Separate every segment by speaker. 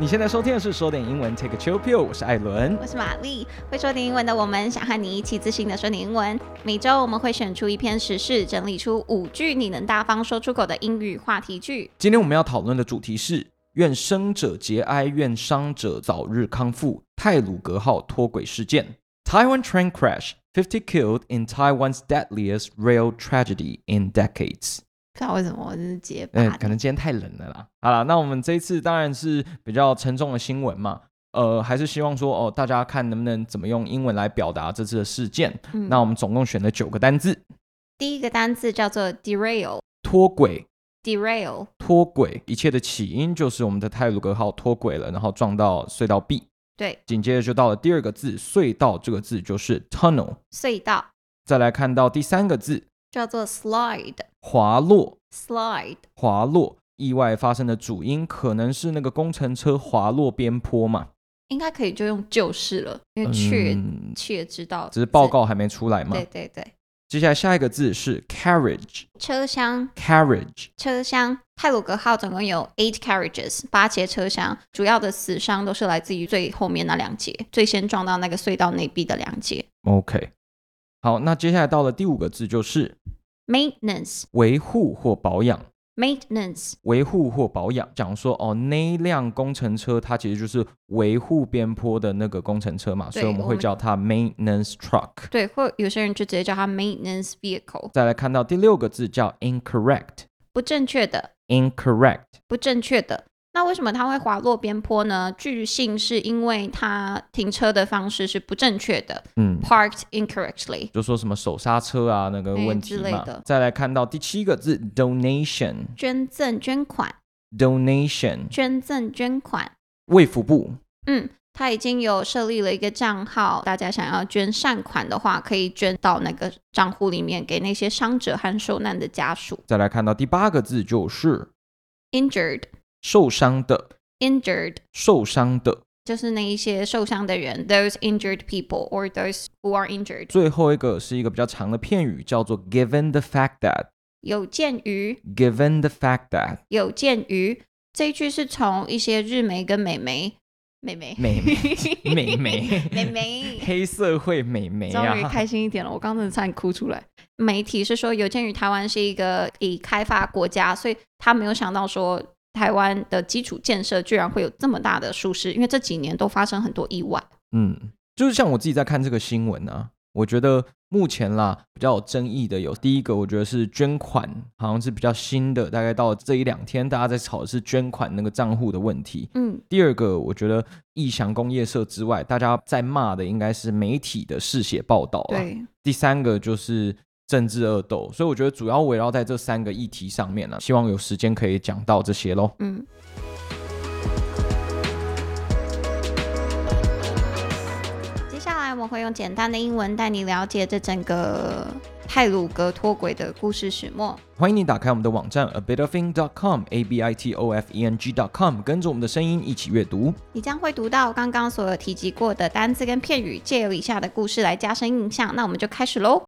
Speaker 1: 你现在收听的是说点英文 Take a Chill Pill，我是艾伦。
Speaker 2: 我是玛丽，会说点英文的我们想和你一起自信的说点英文。每周我们会选出一篇时事，整理出五句你能大方说出口的英语话题句。
Speaker 1: 今天我们要讨论的主题是：愿生者节哀，愿伤者早日康复。泰鲁格号脱轨事件 （Taiwan train crash, 50 killed in Taiwan's deadliest rail tragedy in decades）。
Speaker 2: 不知道为什么我是结巴
Speaker 1: 嗯，
Speaker 2: 的，
Speaker 1: 可能今天太冷了啦。好了，那我们这一次当然是比较沉重的新闻嘛，呃，还是希望说哦，大家看能不能怎么用英文来表达这次的事件。
Speaker 2: 嗯
Speaker 1: 那我们总共选了九个单字：
Speaker 2: 第一个单字叫做 derail，derail
Speaker 1: 脱轨、脱轨，一切的起因就是我们的泰鲁格号脱轨了，然后撞到隧道壁。
Speaker 2: 对，
Speaker 1: 紧接着就到了第二个字“隧道”，这个字就是 tunnel。
Speaker 2: 隧道
Speaker 1: 再来看到第三个字
Speaker 2: 叫做 slide，slide。
Speaker 1: “滑落”，滑落。意外发生的主因可能是那个工程车滑落边坡嘛？
Speaker 2: 应该可以就用就是了，因为确、
Speaker 1: 嗯
Speaker 2: 确知道
Speaker 1: 只是报。告还没出来嘛
Speaker 2: 对。对对，
Speaker 1: 接下来下一个字是 carriage，carriage
Speaker 2: 车厢
Speaker 1: carriage,
Speaker 2: 车厢，泰鲁格号总共有 eight carriages 八节车厢，主要的死伤都是来自于最后面那两节，最先撞到那个隧道内壁的两节。
Speaker 1: OK。好，那接下来到了第五个字就是
Speaker 2: maintenance
Speaker 1: 维护或保养。
Speaker 2: maintenance
Speaker 1: 维护或保养，讲说哦，那一辆工程车它其实就是维护边坡的那个工程车嘛，所
Speaker 2: 对
Speaker 1: 以我们
Speaker 2: 我
Speaker 1: 会
Speaker 2: 们
Speaker 1: 叫它 maintenance truck。
Speaker 2: 对，或有些人就直接叫它 maintenance vehicle，
Speaker 1: 再来看到第六个字叫 incorrect，incorrect
Speaker 2: 不正确的，不正确的。那为什么它会滑落边坡呢？据信是因为它停车的方式是不正确的
Speaker 1: 嗯，
Speaker 2: ，parked incorrectly。
Speaker 1: 就说什么手刹车啊那个
Speaker 2: 哎
Speaker 1: 问题
Speaker 2: 之类
Speaker 1: 嘛
Speaker 2: 的。
Speaker 1: 再来看到第七个字 donation，donation
Speaker 2: 捐赠捐款，捐赠捐款，
Speaker 1: 卫福部
Speaker 2: 嗯，他已经有设立了一个账号，大家想要捐善款的话，可以捐到那个账户里面，给那些伤者和受难的家属。
Speaker 1: 再来看到第八个字就是
Speaker 2: Injured,
Speaker 1: 受伤的，
Speaker 2: injured，
Speaker 1: 受伤的。
Speaker 2: 就是那一些受伤的人，those injured people or those who are injured。
Speaker 1: 最后一个是一个比较长的片语，叫做 given the fact that，given
Speaker 2: 有鉴于，
Speaker 1: the fact that。
Speaker 2: 有鉴于，这一句是从一些日媒跟美媒，美媒，
Speaker 1: 美眉 美眉
Speaker 2: 美眉，
Speaker 1: 黑社会美眉
Speaker 2: 终于
Speaker 1: 啊，
Speaker 2: 开心一点了，我刚刚真的差点哭出来。媒体是说，有鉴于台湾是一个已开发国家，所以他没有想到说台湾的基础建设居然会有这么大的疏失，因为这几年都发生很多意外。
Speaker 1: 嗯，就是像我自己在看这个新闻啊，我觉得目前啦比较有争议的有第一个，我觉得是捐款，好像是比较新的，大概到这一两天大家在吵的是捐款那个账户的问题。
Speaker 2: 嗯，
Speaker 1: 第二个，我觉得异想工业社之外，大家在骂的应该是媒体的嗜血报道啊。
Speaker 2: 对，
Speaker 1: 第三个就是政治恶斗，所以我觉得主要围绕在这三个议题上面呢、希望有时间可以讲到这些喽。
Speaker 2: 嗯，接下来我会用简单的英文带你了解这整个泰鲁格脱轨的故事始末。
Speaker 1: 欢迎你打开我们的网站 abitofing.com a b i t o f e n g.com，跟着我们的声音一起阅读。
Speaker 2: 你将会读到刚刚所有提及过的单字跟片语，借由以下的故事来加深印象。那我们就开始喽。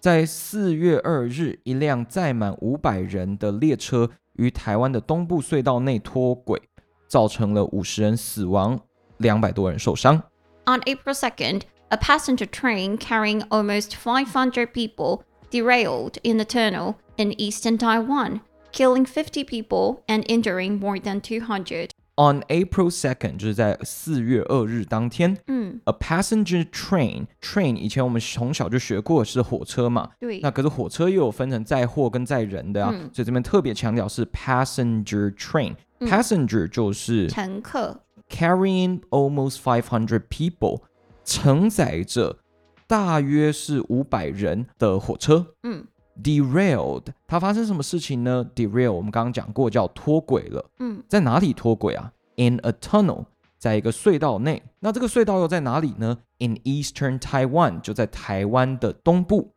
Speaker 1: 在四月二日，一辆载满五百人的列车于台湾的东部隧道内脱轨，造成了五十人死亡，两百多人受伤。
Speaker 2: On April 2nd, a passenger train carrying almost 500 people derailed in a tunnel in eastern Taiwan, killing 50 people and injuring more than 200.
Speaker 1: On April second，就是在四月二日当天。
Speaker 2: 嗯，
Speaker 1: A passenger train train，以前我们从小就学过是火车嘛，
Speaker 2: 对，
Speaker 1: 那可是火车又有分成载货跟载人的啊，
Speaker 2: 嗯
Speaker 1: 所以这边特别强调是 passenger train。
Speaker 2: 嗯
Speaker 1: passenger 就是
Speaker 2: 乘客
Speaker 1: carrying almost five hundred people，承载着大约是五百人的火车。
Speaker 2: 嗯
Speaker 1: Derailed，它发生什么事情呢？Derail，我们刚刚讲过叫脱轨了，
Speaker 2: 嗯，
Speaker 1: 在哪里脱轨啊？In a tunnel，在一个隧道内。那这个隧道又在哪里呢？In eastern Taiwan，就在台湾的东部。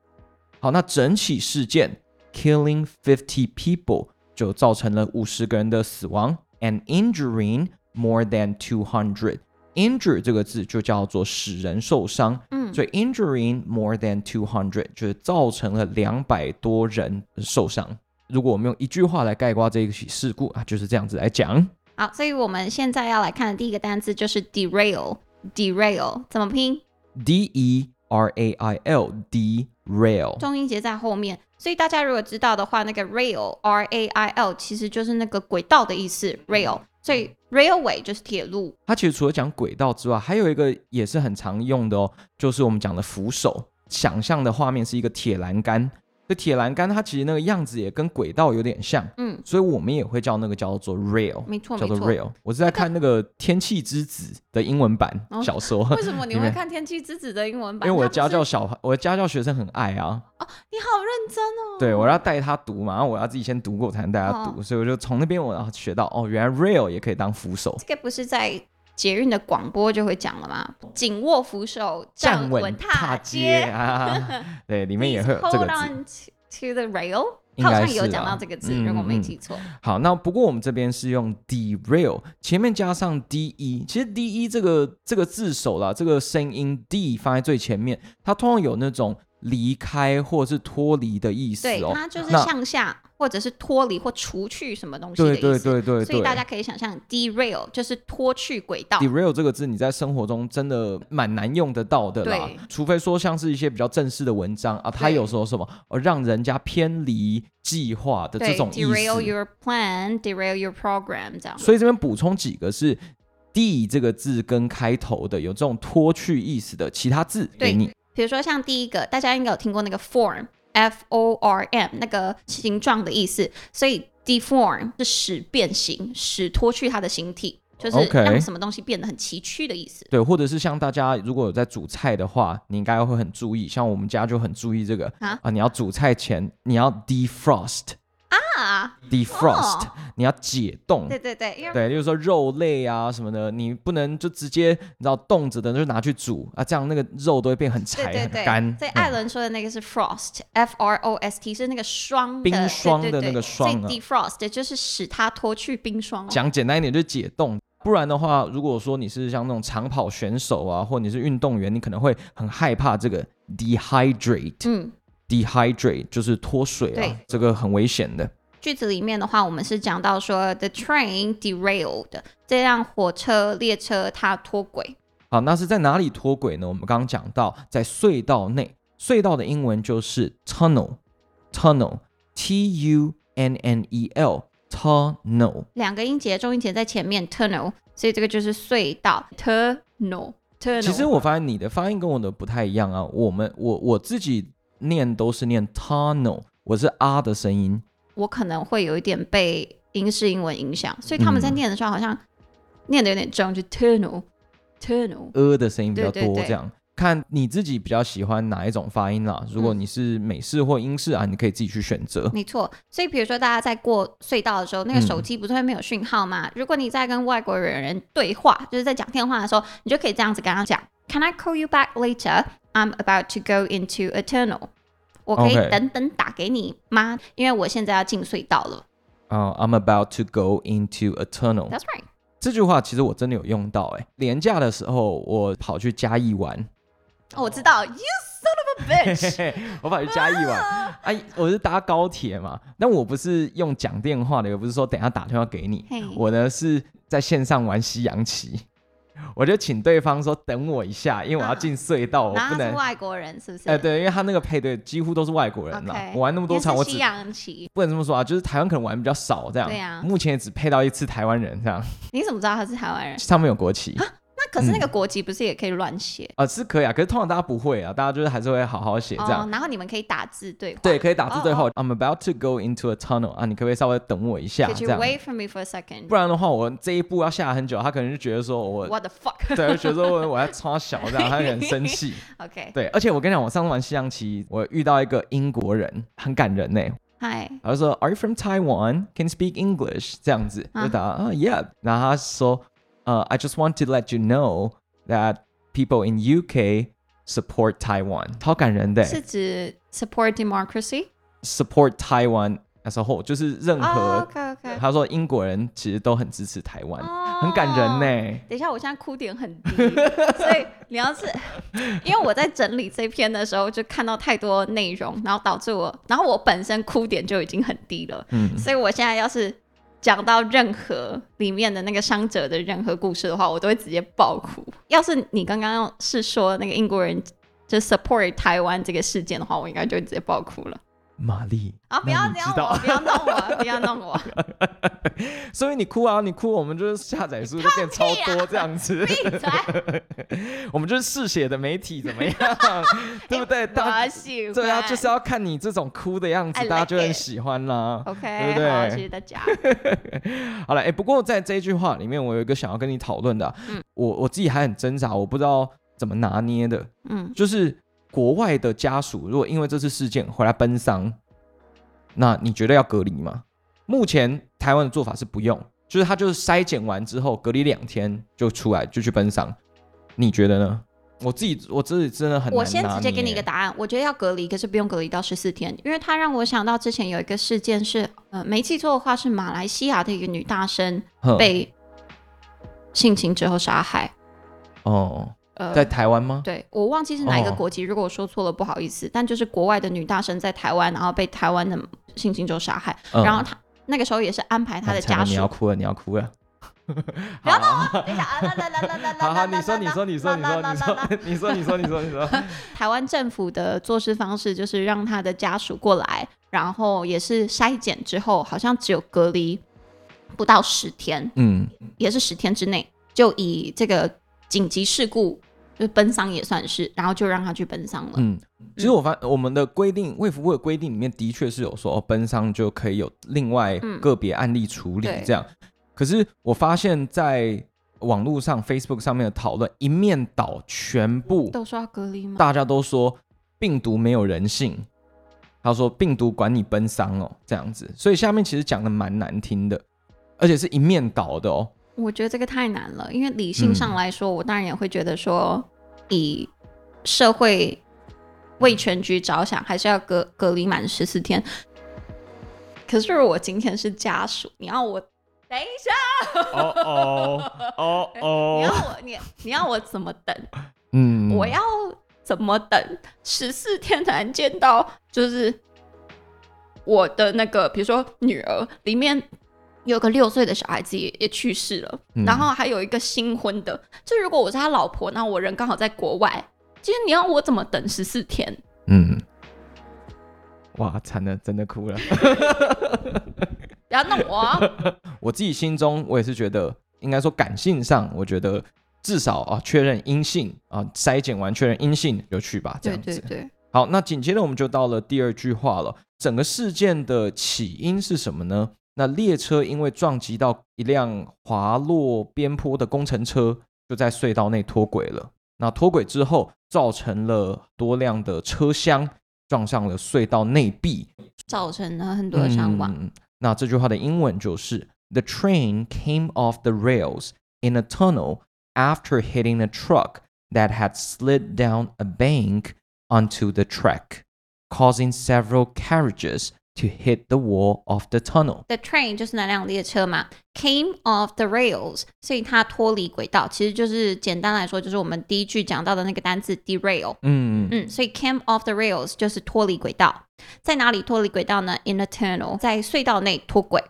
Speaker 1: 好，那整起事件 killing fifty people 就造成了五十个人的死亡，and injuring more than two hundred。injure 这个字就叫做使人受伤，
Speaker 2: 嗯
Speaker 1: 所以 injuring more than two hundred 就是造成了两百多人受伤。如果我们用一句话来概括这一起事故啊，就是这样子来讲。
Speaker 2: 好，所以我们现在要来看的第一个单词就是 derail。derail 怎么拼？
Speaker 1: D E R A I L derail。
Speaker 2: 重音节在后面，所以大家如果知道的话，那个 rail r a i l 其实就是那个轨道的意思，rail。所
Speaker 1: 嗯
Speaker 2: 以 railway 就是铁路，
Speaker 1: 它其实除了讲轨道之外，还有一个也是很常用的哦，就是我们讲的扶手。想象的画面是一个铁栏杆，这铁栏杆它其实那个样子也跟轨道有点像，
Speaker 2: 嗯，
Speaker 1: 所以我们也会叫那个叫做 rail，
Speaker 2: 没错
Speaker 1: 叫
Speaker 2: 没
Speaker 1: 做
Speaker 2: 错。
Speaker 1: rail。我是在看那个《天气之子》的英文版
Speaker 2: 哦
Speaker 1: 小说，
Speaker 2: 为什么你
Speaker 1: 里
Speaker 2: 会
Speaker 1: 面
Speaker 2: 看《天气之子》的英文
Speaker 1: 因
Speaker 2: 版？
Speaker 1: 为我
Speaker 2: 它
Speaker 1: 的
Speaker 2: 不
Speaker 1: 家
Speaker 2: 是
Speaker 1: 教小孩，我的家教学生很爱啊，
Speaker 2: 你好认真哦。
Speaker 1: 对我要带他读嘛，然后我要自己先读过才能带他读，所以我就从那边我要学到哦，原来 rail 也可以当扶手。
Speaker 2: 这个不是在捷运的广播就会讲了吗？紧握扶手，
Speaker 1: 站
Speaker 2: 稳
Speaker 1: 稳
Speaker 2: 踏
Speaker 1: 踏阶。啊！ 对，里面也会有这个字。
Speaker 2: Please Hold on to to the rail，
Speaker 1: 应
Speaker 2: 它
Speaker 1: 该
Speaker 2: 好
Speaker 1: 是啊
Speaker 2: 像有讲到这个字，
Speaker 1: 嗯
Speaker 2: 如果我没
Speaker 1: 嗯
Speaker 2: 记错。
Speaker 1: 好，那不过我们这边是用 derail，前面加上 de。其实 de 这个这个字首啦，这个声音 d 放在最前面，它通常有那种离开或是脱离的意思
Speaker 2: 对，
Speaker 1: 哦。
Speaker 2: 它就是
Speaker 1: 那
Speaker 2: 向下，或者是脱离或除去什么东西的
Speaker 1: 对
Speaker 2: 意思。
Speaker 1: 对对对
Speaker 2: 所以
Speaker 1: 对。
Speaker 2: 大家可以想象，derail 就是脱去轨道。
Speaker 1: derail 这个字，你在生活中真的蛮难用得到的啦
Speaker 2: 对，
Speaker 1: 除非说像是一些比较正式的文章啊，它
Speaker 2: 对
Speaker 1: 有时候什么呃让人家偏离计划的这
Speaker 2: 对
Speaker 1: 种意
Speaker 2: ，derail
Speaker 1: 思。
Speaker 2: your plan，derail your program 这样。
Speaker 1: 所以这边补充几个是 d 这个字跟开头的有这种脱去意思的其他字给你。
Speaker 2: 比如说像第一个，大家应该有听过那个 form。F O R M 那个形状的意思，所以 deform 是使变形，使脱去它的形体，就是
Speaker 1: OK
Speaker 2: 让什么东西变得很崎岖的意思。
Speaker 1: 对，或者是像大家如果有在煮菜的话，你应该会很注意，像我们家就很注意这个
Speaker 2: 啊
Speaker 1: 你要煮菜前你要 defrost，defrost，
Speaker 2: 啊，
Speaker 1: 你要解冻，
Speaker 2: 对对对，因为
Speaker 1: 对，就是说肉类啊什么的，你不能就直接你知道冻着的就拿去煮啊，这样那个肉都会变很柴
Speaker 2: 对对
Speaker 1: 很
Speaker 2: 对，
Speaker 1: 干。
Speaker 2: 所以
Speaker 1: 嗯
Speaker 2: 艾伦说的那个是 frost，F R O S T 是那个霜的
Speaker 1: 冰霜
Speaker 2: 对对
Speaker 1: 的那个
Speaker 2: 对
Speaker 1: 霜啊
Speaker 2: 所以 defrost 就是使它脱去冰霜、哦。
Speaker 1: 讲简单一点就是解冻。不然的话，如果说你是像那种长跑选手啊，或你是运动员，你可能会很害怕这个 dehydrate。
Speaker 2: 嗯，
Speaker 1: dehydrate 就是脱水啊
Speaker 2: 对，
Speaker 1: 这个很危险的。
Speaker 2: 句子里面的话，我们是讲到说 the train derailed，这辆火车列车它脱轨。
Speaker 1: 好，那是在哪里脱轨呢？我们刚刚讲到在隧道内，隧道的英文就是 tunnel，tunnel，t u n n e l，tunnel。
Speaker 2: 两个音节，重音节在前面 tunnel，所以这个就是隧道 tunnel tunnel。
Speaker 1: 其实我发现你的发音跟我的不太一样啊。我们我我自己念都是念 tunnel，我是啊的声音。
Speaker 2: 我可能会有一点被英式英文影响，所以他们在
Speaker 1: 嗯
Speaker 2: 念的时候好像念的有点重，就 tunnel tunnel。
Speaker 1: 呃的声音比较
Speaker 2: 对对
Speaker 1: 多，
Speaker 2: 对
Speaker 1: 这样看你自己比较喜欢哪一种发音
Speaker 2: 嗯
Speaker 1: 啦。如果你是美式或英式啊，你可以自己去选择。
Speaker 2: 没错，所以比如说大家在过隧道的时候，那个
Speaker 1: 嗯
Speaker 2: 手机不是会没有讯号吗？如果你在跟外国人对话，就是在讲电话的时候，你就可以这样子跟他讲：“Can I call you back later? I'm about to go into a tunnel。”我可以
Speaker 1: OK
Speaker 2: 等等打给你吗因为我现在要进隧道了。
Speaker 1: 啊、i m about to go into a tunnel。
Speaker 2: That's right。
Speaker 1: 这句话其实我真的有用到、欸，哎，廉价的时候我跑去嘉义玩，
Speaker 2: 哦，我知道，You son of a
Speaker 1: 嘿
Speaker 2: bitch
Speaker 1: 嘿。嘿，我跑去嘉义玩， 哎、我是搭高铁嘛，但我不是用讲电话的，也不是说等一下打电话给你
Speaker 2: 嘿，
Speaker 1: 我呢是在线上玩西洋棋，我就请对方说等我一下，因为我要
Speaker 2: 嗯
Speaker 1: 进隧道，我
Speaker 2: 然后
Speaker 1: 不
Speaker 2: 他是
Speaker 1: 能。
Speaker 2: 外国人，是不是？
Speaker 1: 哎、对，因为他那个配对几乎都是外国人啦。
Speaker 2: ，OK。
Speaker 1: 我玩那么多场，
Speaker 2: 也
Speaker 1: 我
Speaker 2: 是
Speaker 1: 只
Speaker 2: 西洋棋，
Speaker 1: 不能这么说啊，就是台湾可能玩比较少这样。
Speaker 2: 对啊
Speaker 1: 目前也只配到一次台湾人这 样，
Speaker 2: 你怎么知道他是台湾人？
Speaker 1: 上面有国旗啊、
Speaker 2: 那可是那个国籍不是也可以乱写？
Speaker 1: 是可以啊，可是通常大家不会啊，大家就是还是会好好写这样。
Speaker 2: 哦，然后你们可以打字对话。
Speaker 1: 对，可以打字最后、
Speaker 2: 哦
Speaker 1: i m about to go into a tunnel 啊，你可不可以稍微等我一下
Speaker 2: Could
Speaker 1: 这
Speaker 2: you
Speaker 1: 样？
Speaker 2: wait for me for a second?
Speaker 1: 不然的话，我这一步要下很久，他可能就觉得说我，
Speaker 2: What the fuck?
Speaker 1: 对，就觉得说我我在穿小这样，他有点生气。
Speaker 2: OK，
Speaker 1: 对，而且我跟你讲，我上次玩西洋棋，我遇到一个英国人，很感人呢、
Speaker 2: 嗨，
Speaker 1: 他就说 Are you from Taiwan? Can you speak English？这样子，
Speaker 2: 啊
Speaker 1: 就答啊、Yeah。然后他说，呃、i just want to let you know that people in UK support Taiwan，超感人的、
Speaker 2: 是指 support democracy？
Speaker 1: support Taiwan as a whole，就是任
Speaker 2: 哦
Speaker 1: 何。
Speaker 2: ，OK OK，
Speaker 1: 他说英国人其实都很支持台湾，很感人呢、。
Speaker 2: 等一下，我现在哭点很低，所以你要是因为我在整理这篇的时候，就看到太多内容，然后导致我，然后我本身哭点就已经很低了，
Speaker 1: 嗯，
Speaker 2: 所以我现在要是讲到任何里面的那个伤者的任何故事的话，我都会直接爆哭。要是你刚刚是说那个英国人就 support 台湾这个事件的话，我应该就会直接爆哭了。
Speaker 1: 玛丽
Speaker 2: 啊！不要
Speaker 1: 那你
Speaker 2: 这
Speaker 1: 知
Speaker 2: 样
Speaker 1: 道
Speaker 2: 我，不要弄我，不要弄 我！
Speaker 1: 所以你哭啊，你哭，我们就是下载数就变超多这 样子，
Speaker 2: 闭嘴！
Speaker 1: 我们就是嗜血的媒体怎么样， 对 不对？大
Speaker 2: 我喜欢。
Speaker 1: 对啊，就是要看你这种哭的样子
Speaker 2: I，like
Speaker 1: 大家就很喜欢啦。
Speaker 2: OK，
Speaker 1: 对不对
Speaker 2: 好，谢谢大家。
Speaker 1: 好了，哎，不过在这一句话里面，我有一个想要跟你讨论的啊，
Speaker 2: 嗯
Speaker 1: 我我自己还很挣扎，我不知道怎么拿捏的，
Speaker 2: 嗯，
Speaker 1: 就是国外的家属如果因为这次事件回来奔丧，那你觉得要隔离吗？目前台湾的做法是不用，就是他就是筛检完之后隔离两天就出来就去奔丧，你觉得呢？我自己我自己真的很难
Speaker 2: 我先
Speaker 1: 拿
Speaker 2: 直接给你
Speaker 1: 捏
Speaker 2: 一个答案，我觉得要隔离，可是不用隔离到十四天，因为它让我想到之前有一个事件是，呃，没记错的话是马来西亚的一个女大生
Speaker 1: 哼
Speaker 2: 被性侵之后杀害。
Speaker 1: 哦，
Speaker 2: 呃，
Speaker 1: 在台湾吗？
Speaker 2: 对我忘记是哪一个
Speaker 1: 哦
Speaker 2: 国籍，如果我说错了不好意思，但就是国外的女大生在台湾，然后被台湾的性侵之后杀害，
Speaker 1: 嗯
Speaker 2: 然后她那个时候也是安排她
Speaker 1: 哎
Speaker 2: 的
Speaker 1: 惨了
Speaker 2: 家
Speaker 1: 你
Speaker 2: 属
Speaker 1: 要哭了，你要哭了。
Speaker 2: 不要闹我！等一下啊，啦啦啦啦啦啦！
Speaker 1: 好好，你说，你说，你说，你说，你说， 你说，你说，你说，你说，
Speaker 2: 台湾政府的做事方式就是让他的家属过来，然后也是筛检之后，好像只有隔离不到十天，
Speaker 1: 嗯，
Speaker 2: 也是十天之内，就以这个紧急事故，就是奔丧也算是，然后就让他去奔丧了。
Speaker 1: 嗯，其实我发我们的规定，卫福部的规定里面的确是有说，哦，奔丧就可以有另外
Speaker 2: 嗯
Speaker 1: 个别案例处理
Speaker 2: 对
Speaker 1: 这样。可是我发现，在网络上 Facebook 上面的讨论，一面倒，全部
Speaker 2: 都说要隔离吗？
Speaker 1: 大家都说病毒没有人性，他说病毒管你奔丧哦，这样子。所以下面其实讲的蛮难听的，而且是一面倒的哦。
Speaker 2: 我觉得这个太难了，因为理性
Speaker 1: 嗯
Speaker 2: 上来说，我当然也会觉得说，以社会为全局着想，还是要隔隔离满十四天。可是如果我今天是家属，你要我等一下，
Speaker 1: 哦哦哦
Speaker 2: 你要
Speaker 1: 哦，
Speaker 2: 我你你要我怎么等？
Speaker 1: 嗯
Speaker 2: 我要怎么等十四天才能见到？就是我的那个，比如说女儿里面有个六岁的小孩子也也去世了，
Speaker 1: 嗯
Speaker 2: 然后还有一个新婚的。就如果我是他老婆，那我人刚好在国外，其实你要我怎么等十四天？
Speaker 1: 嗯，哇，惨了，真的哭了。
Speaker 2: 不要弄我、啊！
Speaker 1: 我自己心中，我也是觉得，应该说感性上，我觉得至少啊，确认阴性啊，筛检完确认阴性就去 吧，这样子。
Speaker 2: 对，
Speaker 1: 好，那紧接着我们就到了第二句话了。整个事件的起因是什么呢？那列车因为撞击到一辆滑落边坡的工程车，就在隧道内脱轨了。那脱轨之后，造成了多辆的车厢撞上了隧道内壁，
Speaker 2: 造成了很多的伤亡。
Speaker 1: 嗯。那这句话的英文就是：The train came off the rails in a tunnel after hitting a truck that had slid down a bank onto the track, causing several carriages to hit the wall of the tunnel.
Speaker 2: The train 就是那辆列车嘛，came off the rails，所以它脱离轨道，其实就是简单来说，就是我们第一句讲到的那个单字 derail。
Speaker 1: 嗯，
Speaker 2: 嗯，所以 came off the rails 就是脱离轨道，在哪里脱离轨道呢？In a tunnel，在隧道内脱轨。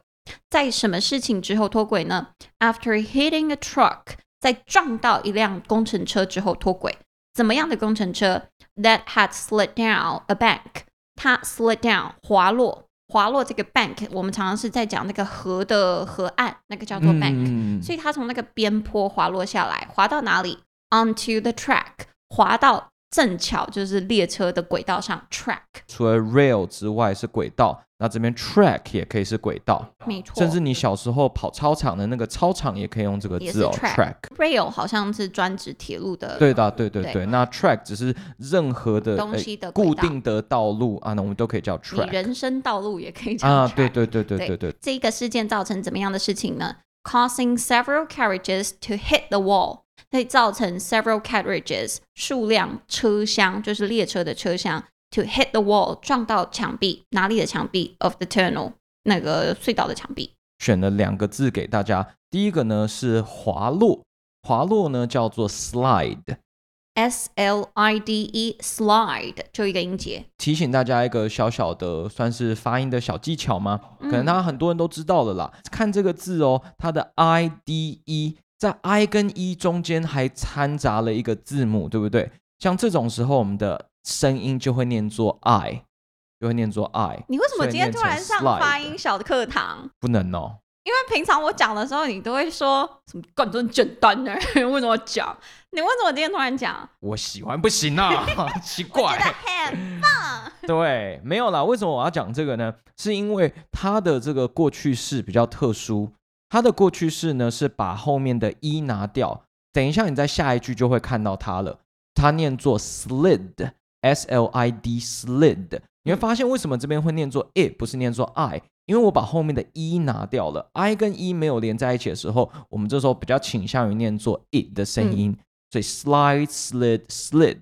Speaker 2: 在什么事情之后脱轨呢？After hitting a truck，在撞到一辆工程车之后脱轨。怎么样的工程车？That had slid down a bank，它 slid down 滑落，滑落这个 bank，我们常常是在讲那个河的河岸，那个叫做 bank。
Speaker 1: 嗯
Speaker 2: 所以它从那个边坡滑落下来，滑到哪里？Onto the track，滑到正巧就是列车的轨道上。Track，
Speaker 1: 除了 rail 之外是轨道，那这边 track 也可以是轨道，
Speaker 2: 没错。
Speaker 1: 甚至你小时候跑操场的那个操场也可以用这个
Speaker 2: 也
Speaker 1: 字
Speaker 2: 是
Speaker 1: 哦
Speaker 2: track
Speaker 1: track。
Speaker 2: rail 好像是专指铁路的，
Speaker 1: 对的啊，对对
Speaker 2: 对
Speaker 1: 对。那 track 只是任何的
Speaker 2: 东
Speaker 1: 呃
Speaker 2: 西的轨
Speaker 1: 固
Speaker 2: 道
Speaker 1: 定的道路啊，那我们都可以叫
Speaker 2: 你
Speaker 1: track
Speaker 2: 人生道路也可以这样
Speaker 1: 啊。
Speaker 2: track
Speaker 1: 对对对对对对，
Speaker 2: 这一个事件造成怎么样的事情呢？Causing several carriages to hit the wall，会造成 several carriages 数辆车厢，就是列车的车厢 to hit the wall 撞到墙壁，哪里的墙壁？of the tunnel 那个隧道的墙壁。
Speaker 1: 选了两个字给大家。第一个呢是滑落，滑落呢叫做 slide。
Speaker 2: S L I D E slide 就一个音节。
Speaker 1: 提醒大家一个小小的算是发音的小技巧吗？可能大家很多人都知道了啦。看这个字哦，它的 i d e 在 i 跟 e 中间还掺杂了一个字母，对不对？像这种时候，我们的声音就会念作 i，就会念作 i，
Speaker 2: 你为什么今天突然上发
Speaker 1: 所以念成
Speaker 2: 音
Speaker 1: slide
Speaker 2: 小的课堂？
Speaker 1: 不能哦。
Speaker 2: 因为平常我讲的时候，你都会说什么“干真简单呢、为什么讲？你为什么今天突然 讲？
Speaker 1: 我喜欢不行啊， 奇
Speaker 2: 觉得
Speaker 1: 怪。
Speaker 2: 很
Speaker 1: 对，没有啦。为什么我要讲这个呢？是因为它的这个过去式比较特殊，它的过去式呢是把后面的“一”拿掉。等一下，你在下一句就会看到它了。它念作 slid，s l i d slid。你会发现为什么这边会念作 it，不是念作 i？因为我把后面的 e 拿掉了，i 跟 e 没有连在一起的时候，我们这时候比较倾向于念作 it 的声音，所以 slide slid slid，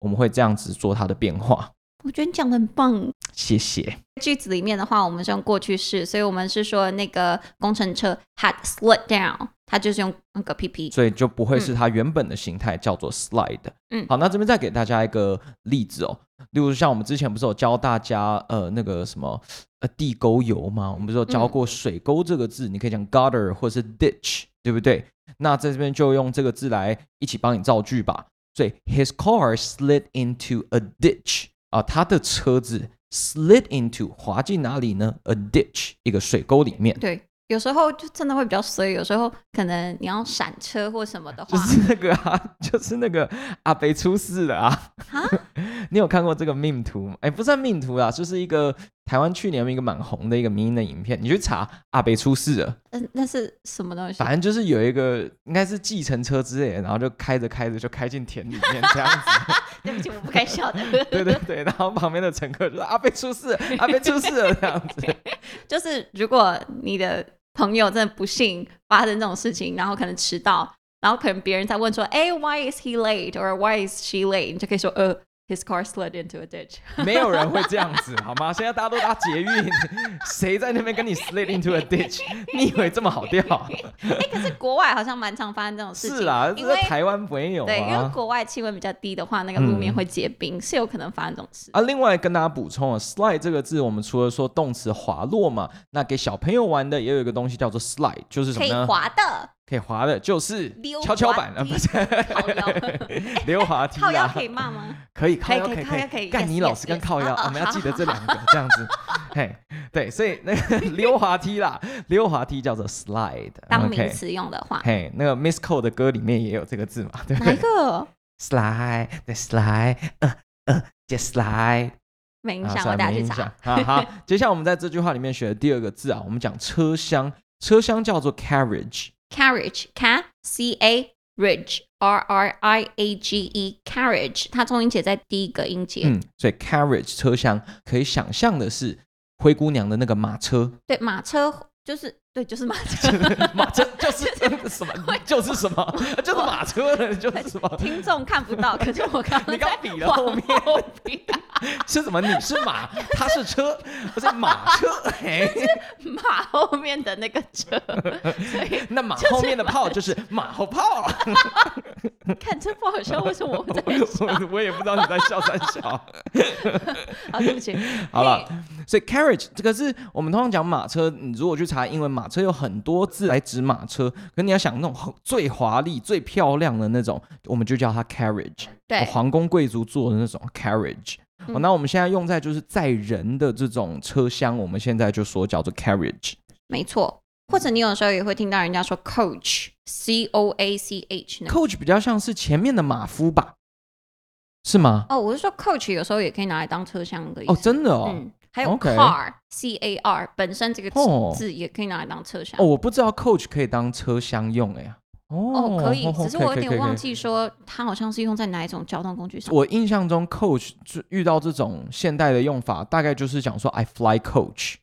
Speaker 1: 我们会这样子做它的变化。
Speaker 2: 我觉得你讲的很棒。
Speaker 1: 谢谢。
Speaker 2: 句子里面的话，我们是用过去式，所以我们是说那个工程车 had slid down，它就是用那个 pp。
Speaker 1: 所以就不会是它原本的形态，叫做 slide。
Speaker 2: 嗯
Speaker 1: 好，那这边再给大家一个例子哦，例如像我们之前不是有教大家呃那个什么呃地沟油吗？我们不是有教过水沟这个字，你可以讲 gutter 或是 ditch，对不对？那在这边就用这个字来一起帮你造句吧。所以 his car slid into a ditch 啊，他的车子 slid into 滑进哪里呢？a ditch 一个水沟里面，
Speaker 2: 对，有时候就真的会比较衰，有时候可能你要闪车或什么的
Speaker 1: 就
Speaker 2: 话，
Speaker 1: 是那个啊， 就是那个阿北出事了啊。
Speaker 2: 啊，
Speaker 1: 你有看过这个 meme 图吗？哎，不算 meme 图啦，就是一个台湾去年一个蛮红的一个迷因的影片，你去查阿北出事了，
Speaker 2: 嗯，那是什么东西
Speaker 1: 反？正就是有一个应该是计程车之类的，然后就开着开着就开进田里面这样子，
Speaker 2: 对不起，我不该笑的。
Speaker 1: 对对对，然后旁边的乘客就说阿北出事了，阿北出事了这样子，
Speaker 2: 就是如果你的朋友真的不幸发生这种事情，然后可能迟到，然后可能别人在问说，哎、w h y is he late or why is she late？你就可以说，呃，his car slid into a ditch。
Speaker 1: 没有人会这样子好吗？现在大家都搭捷运，谁在那边跟你 slid into a ditch？你以为这么好钓？
Speaker 2: 哎、可是国外好像蛮常发生这种事情，
Speaker 1: 是啦，
Speaker 2: 因
Speaker 1: 这
Speaker 2: 为
Speaker 1: 在台湾没有
Speaker 2: 对，因为
Speaker 1: 啊。嗯
Speaker 2: 国外气温比较低的话，那个路面会结冰，是有可能发生这种事。
Speaker 1: 啊，另外跟大家补充啊，slide 这个字，我们除了说动词滑落嘛，那给小朋友玩的也有一个东西叫做 slide，就是什
Speaker 2: 可
Speaker 1: 么
Speaker 2: 以
Speaker 1: 呢？
Speaker 2: 滑的，
Speaker 1: 可以滑的，就是
Speaker 2: 溜
Speaker 1: 跷跷板
Speaker 2: 滑
Speaker 1: 啊，
Speaker 2: 梯
Speaker 1: 不是
Speaker 2: 靠 腰，
Speaker 1: 溜滑梯
Speaker 2: 靠腰
Speaker 1: 啊
Speaker 2: 可，以 骂吗？
Speaker 1: 可以靠
Speaker 2: 可以
Speaker 1: 腰
Speaker 2: 可以
Speaker 1: 可
Speaker 2: 靠
Speaker 1: 以
Speaker 2: 腰可以
Speaker 1: 干
Speaker 2: yes，
Speaker 1: 你
Speaker 2: yes，
Speaker 1: 老师跟
Speaker 2: yes
Speaker 1: 靠腰
Speaker 2: 哦，哦
Speaker 1: 我们要
Speaker 2: 好
Speaker 1: 记得这两个这样 子，嘿，对，所以那个溜滑梯啦，溜滑梯叫做 slide，
Speaker 2: 当
Speaker 1: OK
Speaker 2: 名词用的话，
Speaker 1: 嘿，那个 Miss Cole 的歌里面也有这个字嘛，对不
Speaker 2: 哪
Speaker 1: 对
Speaker 2: 一个？
Speaker 1: ？slide，对 slide，呃呃，just slide。
Speaker 2: 没影
Speaker 1: 啊，
Speaker 2: 响，
Speaker 1: 算
Speaker 2: 我
Speaker 1: 了
Speaker 2: 大家
Speaker 1: 没
Speaker 2: 去
Speaker 1: 印
Speaker 2: 查
Speaker 1: 象。哈哈，接下来我们在这句话里面学的第二个字啊，我们讲车厢，车厢叫做 carriage。
Speaker 2: carriage ca c a ridge r r i a g e carriage，它重音节在第一个音节。
Speaker 1: 嗯，所以 carriage 车厢可以想象的是灰姑娘的那个马车，
Speaker 2: 对，马车就是对，就是马车。
Speaker 1: 马车就是什么，就是什么，就是马车了，就是什么。
Speaker 2: 听众看不到，可是我刚
Speaker 1: 你
Speaker 2: 刚
Speaker 1: 刚
Speaker 2: 在
Speaker 1: 比了
Speaker 2: 往
Speaker 1: 后面
Speaker 2: 后比
Speaker 1: 是什么？你是马，他是车，不是马 车。哎，
Speaker 2: 马后面的那个车，所以
Speaker 1: 那马后面的炮就是马后炮。啊
Speaker 2: 看这不好笑，为什么我在笑？
Speaker 1: 我我也不知道你在笑三小。
Speaker 2: 啊，对不起，
Speaker 1: 好了，所以 carriage 这个是我们通常讲马车，你如果去查英文，马车有很多字来指马车，可你要想那种很最华丽、最漂亮的那种，我们就叫它 carriage，
Speaker 2: 对
Speaker 1: 哦皇宫贵族坐的那种 carriage。哦，
Speaker 2: 嗯
Speaker 1: 那我们现在用在就是载人的这种车厢，我们现在就说叫做 carriage。
Speaker 2: 没错。或者你有时候也会听到人家说 coach，c o a c h 呢？
Speaker 1: coach 比较像是前面的马夫吧，是吗？
Speaker 2: 哦，我是说 coach 有时候也可以拿来当车厢的意思。
Speaker 1: 哦，真的哦。
Speaker 2: 嗯，还有
Speaker 1: OK
Speaker 2: car，c a r 本身这个字
Speaker 1: 哦
Speaker 2: 字也可以拿来当车厢
Speaker 1: 哦，。我不知道 coach 可以当车厢用哎呀。哦
Speaker 2: 哦，可以，
Speaker 1: 哦
Speaker 2: 只是我有
Speaker 1: 可以可
Speaker 2: 点
Speaker 1: 以哦可
Speaker 2: 忘
Speaker 1: 以
Speaker 2: 记说它好像是用在哪一种交通工具上。
Speaker 1: 我印象中，coach 就遇到这种现代的用法，大概就是讲说 I fly coach，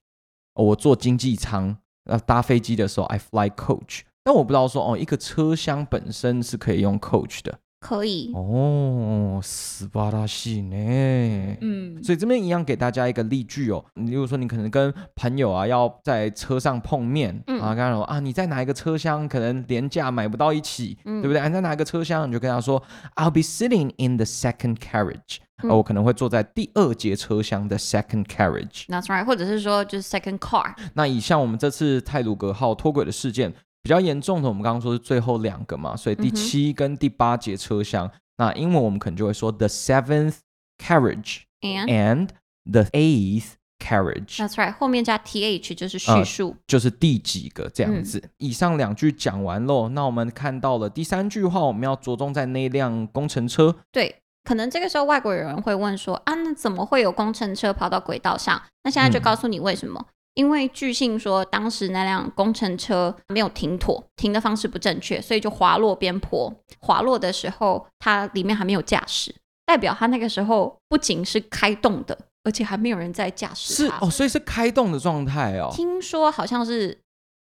Speaker 1: 哦我坐经济舱，呃，搭飞机的时候 I fly coach。但我不知道说哦，一个车厢本身是可以用 coach 的，
Speaker 2: 可以，
Speaker 1: 哦，斯巴拉西呢？
Speaker 2: 嗯，
Speaker 1: 所以这边一样给大家一个例句哦，你例如说你可能跟朋友啊要在车上碰面，
Speaker 2: 嗯
Speaker 1: 啊，跟他说啊你在哪一个车厢，可能廉价买不到一起，
Speaker 2: 嗯
Speaker 1: 对不对？啊你在哪一个车厢，你就跟他说 I'll be sitting in the second carriage，、
Speaker 2: 嗯
Speaker 1: 哦，我可能会坐在第二节车厢的 second carriage。
Speaker 2: That's right，或者是说就是 second car，
Speaker 1: 那以像我们这次泰鲁格号脱轨的事件比较严重的，我们刚刚说是最后两个嘛，所以
Speaker 2: 嗯
Speaker 1: 第
Speaker 2: 哼
Speaker 1: 七跟第八节车厢，那英文我们可能就会说 the seventh carriage
Speaker 2: and
Speaker 1: and the eighth carriage，
Speaker 2: that's right，后面加 th 就是
Speaker 1: 嗯
Speaker 2: 叙述，
Speaker 1: 就是第几个这样
Speaker 2: 嗯
Speaker 1: 子。以上两句讲完喽，那我们看到了第三句话，我们要着重在那辆工程车，
Speaker 2: 对。可能这个时候外国人会问说啊，那怎么会有工程车跑到轨道上？那现在就
Speaker 1: 嗯
Speaker 2: 告诉你为什么，因为据信说当时那辆工程车没有停妥，停的方式不正确，所以就滑落边坡。滑落的时候，它里面还没有驾驶，代表它那个时候不仅是开动的，而且还没有人在驾驶
Speaker 1: 是
Speaker 2: 它。
Speaker 1: 哦，所以是开动的状态哦，
Speaker 2: 听说好像是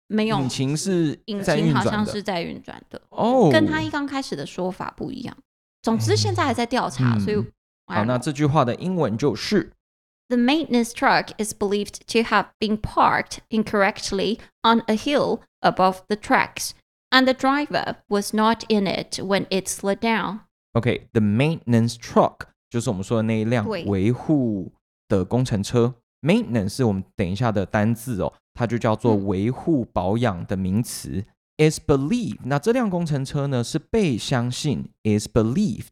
Speaker 2: 没有
Speaker 1: 引擎是
Speaker 2: 引
Speaker 1: 在运
Speaker 2: 擎好
Speaker 1: 转
Speaker 2: 像
Speaker 1: 的
Speaker 2: 是在运转的，
Speaker 1: 哦，
Speaker 2: 跟他一刚开始的说法不一样。总之现在还在调查，
Speaker 1: 嗯
Speaker 2: 所以
Speaker 1: 好，那这句话的英文就是。
Speaker 2: The maintenance truck is believed to have been parked incorrectly on a hill above the tracks, and the driver was not in it when it slid down.
Speaker 1: OK，the、maintenance truck 就是我们说的那一辆
Speaker 2: 对
Speaker 1: 维护的工程车。maintenance 是我们等一下的单字哦，它就叫做
Speaker 2: 嗯
Speaker 1: 维护保养的名词。is believed，那这辆工程车呢是被相信 is believed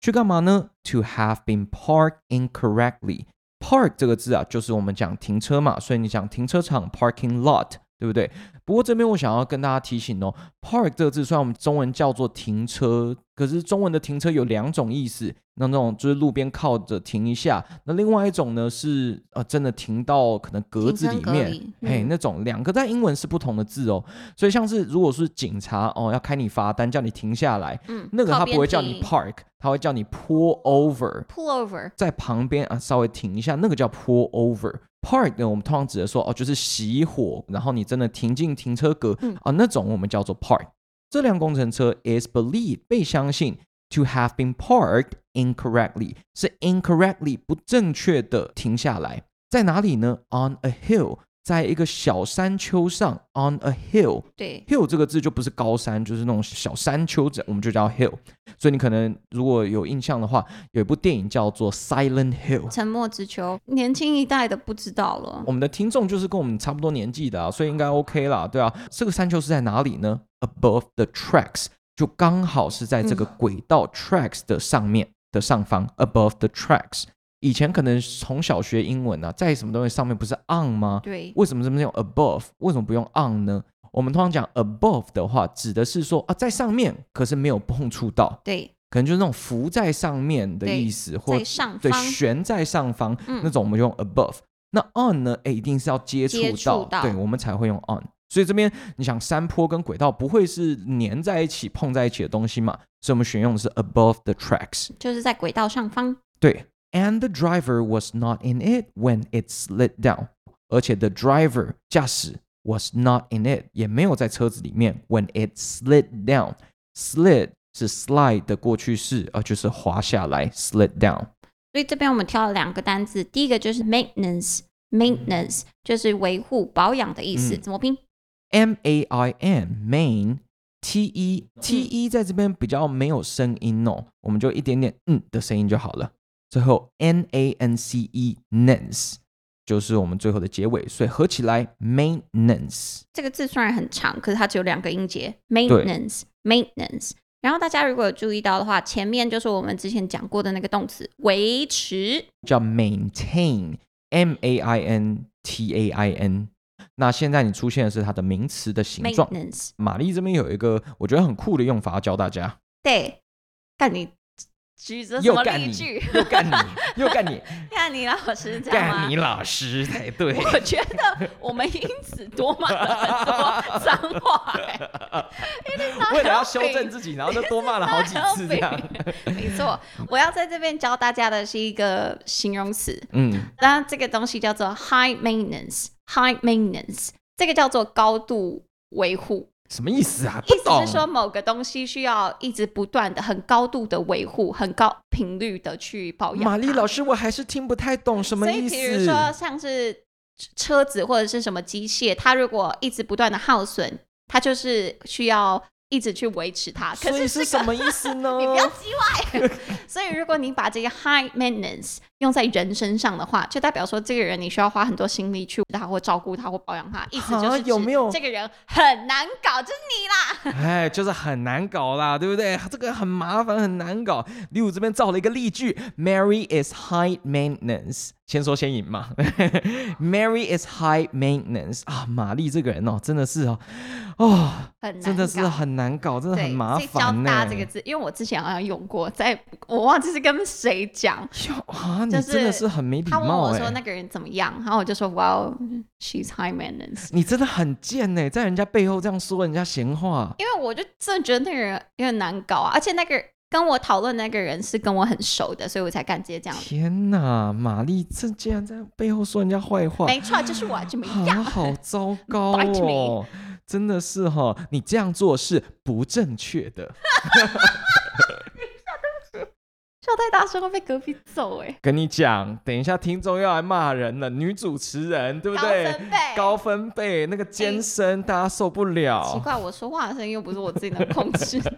Speaker 1: 去干嘛呢？To have been parked incorrectly。park 这个字啊，就是我们讲停车嘛，所以你讲停车场 parking lot，对不对？不过这边我想要跟大家提醒哦，park 这个字虽然我们中文叫做停车，可是中文的停车有两种意思，那那种就是路边靠着停一下，那另外一种呢是呃真的停到可能格子里
Speaker 2: 停车格
Speaker 1: 面，
Speaker 2: 里
Speaker 1: 嘿，
Speaker 2: 嗯
Speaker 1: 那种两个在英文是不同的字哦，所以像是如果是警察哦要开你罚单叫你停下来，
Speaker 2: 嗯，
Speaker 1: 那个他
Speaker 2: 靠边
Speaker 1: 不会叫你
Speaker 2: 停
Speaker 1: park，他会叫你 pull over。
Speaker 2: pull over。
Speaker 1: 在旁边啊稍微停一下，那个叫 pull over。Park 呢，我们通常指的说哦，就是熄火，然后你真的停进停车格啊、
Speaker 2: 嗯
Speaker 1: 那种我们叫做 park。这辆工程车 is believed 被相信 to have been parked incorrectly，是 incorrectly 不正确的停下来，在哪里呢？On a hill，在一个小山丘上，on a hill。
Speaker 2: 对，
Speaker 1: hill 这个字就不是高山，就是那种小山丘，这我们就叫 hill。所以你可能如果有印象的话，有一部电影叫做《Silent Hill》。
Speaker 2: 沉默之丘，年轻一代的不知道了
Speaker 1: 我。们的听众就是跟我们差不多年纪的、啊，所以应该 OK 啦，对啊。这个山丘是在哪里呢？Above the tracks，就刚好是在这个轨道 tracks 的上面的上方，above the tracks。以前可能从小学英文啊，在什么东西上面不是 on 吗？
Speaker 2: 对，
Speaker 1: 为什么这边用 above？为什么不用 on 呢？我们通常讲 above 的话，指的是说啊，在上面，可是没有碰触到，
Speaker 2: 对，
Speaker 1: 可能就是那种浮在上面的意思，或
Speaker 2: 在上
Speaker 1: 对
Speaker 2: 方
Speaker 1: 悬在上方、
Speaker 2: 嗯
Speaker 1: 那种，我们用 above。那 on 呢？哎，一定是要接触
Speaker 2: 接
Speaker 1: 到，
Speaker 2: 触到
Speaker 1: 对我们才会用 on。所以这边你想山坡跟轨道不会是粘在一起、碰在一起的东西嘛？所以我们选用的是 above the tracks。
Speaker 2: 就是在轨道上方。
Speaker 1: 对，and the driver was not in it when it slid down，而且 the driver 驾驶 was not in it，也没有在车子里面 when it slid down。slid 是 slide 的过去式，啊，就是滑下来 slid down。
Speaker 2: 所以这边我们挑了两个单字，第一个就是 maintenance。maintenance 就是维护、保养的意思，
Speaker 1: 嗯
Speaker 2: 怎么拼？
Speaker 1: M A I N main T E T E 在这边比较没有声音哦，我们就一点点嗯的声音就好了。最后 N A N C E nance 就是我们最后的结尾，所以合起来 maintenance。
Speaker 2: 这个字虽然很长，可是它只有两个音节，maintenance maintenance。然后大家如果有注意到的话，前面就是我们之前讲过的那个动词维持，
Speaker 1: 叫 maintain M A I N T A I N。那现在你出现的是它的名词的形状。
Speaker 2: maintenance。
Speaker 1: 玛丽这边有一个我觉得很酷的用法要教大家，
Speaker 2: 对，干你举着什
Speaker 1: 又
Speaker 2: 么
Speaker 1: 干
Speaker 2: 例
Speaker 1: 你
Speaker 2: 句？，
Speaker 1: 又干 你，又干你，
Speaker 2: 干你老师这样吗？
Speaker 1: 干你老师才对。
Speaker 2: 我觉得我们因此多骂了很多脏话、欸，
Speaker 1: 为了要修正自己，然后就多骂了好几次这样。
Speaker 2: 没错。我要在这边教大家的是一个形容词，
Speaker 1: 嗯，
Speaker 2: 那这个东西叫做 high maintenance，high maintenance，这个叫做高度维护。
Speaker 1: 什么意思啊？不
Speaker 2: 意思
Speaker 1: 懂
Speaker 2: 是说某个东西需要一直不断的、很高度的维护、很高频率的去保养它。
Speaker 1: 玛丽老师，我还是听不太懂什么
Speaker 2: 所以
Speaker 1: 意
Speaker 2: 比如说
Speaker 1: 思。
Speaker 2: 像是车子或者是什么机械，它如果一直不断的耗损，它就是需要一直去维持它。可
Speaker 1: 所以
Speaker 2: 是
Speaker 1: 是
Speaker 2: 这
Speaker 1: 什
Speaker 2: 个。
Speaker 1: 么意思呢？
Speaker 2: 你不要叽歪。 所以，如果你把这个 high maintenance 用在人身上的话，就代表说这个人你需要花很多心力去他或照顾他或保养他，意思就
Speaker 1: 哈
Speaker 2: 是
Speaker 1: 有
Speaker 2: 指
Speaker 1: 没有
Speaker 2: 这个人很难搞，就是你啦。
Speaker 1: 哎，就是很难搞啦，对不对？这个很麻烦，很难搞。例如这边造了一个例句：Mary is high maintenance。先说先赢嘛。Mary is high maintenance 啊，玛丽这个人哦，真的是哦，哦，
Speaker 2: 很难搞，
Speaker 1: 真的是很难搞，真的
Speaker 2: 对
Speaker 1: 很麻
Speaker 2: 所以教
Speaker 1: 烦呢、
Speaker 2: 大家这个字，因为我之前好像用过，在我忘记是跟谁讲，
Speaker 1: 哟啊，你
Speaker 2: 就是
Speaker 1: 真的是很没礼
Speaker 2: 他问
Speaker 1: 貌
Speaker 2: 我
Speaker 1: 哎、
Speaker 2: 说那个人怎么样，然后我就说 Well, she's high maintenance，
Speaker 1: 你真的很贱呢、在人家背后这样说人家闲话。
Speaker 2: 因为我就真的觉得那个人有点难搞啊，而且那个跟我讨论那个人是跟我很熟的，所以我才敢直接这样。
Speaker 1: 天哪，玛丽这竟然在背后说人家坏话，
Speaker 2: 没错，就是我这么一
Speaker 1: 啊，
Speaker 2: 样。
Speaker 1: 哦好糟糕
Speaker 2: Bite me
Speaker 1: 哦！真的是哈、哦，你这样做是不正确 的。
Speaker 2: 笑太大声会被隔壁揍哎、
Speaker 1: 跟你讲，等一下听众要来骂人了，女主持人对不
Speaker 2: 高
Speaker 1: 对？
Speaker 2: 分贝。
Speaker 1: 高分贝那个尖声，大家受不
Speaker 2: 奇
Speaker 1: 了。
Speaker 2: 怪，我说话的声音又不是我自己能控制的，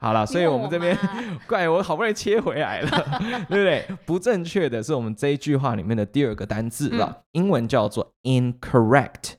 Speaker 1: 好 了，所以
Speaker 2: 你问
Speaker 1: 我们这边
Speaker 2: 吗
Speaker 1: 怪我好不容易切回来了， 对不对？不正确的是我们这一句话里面的第二个单字了，
Speaker 2: 嗯
Speaker 1: 英文叫做 incorrect。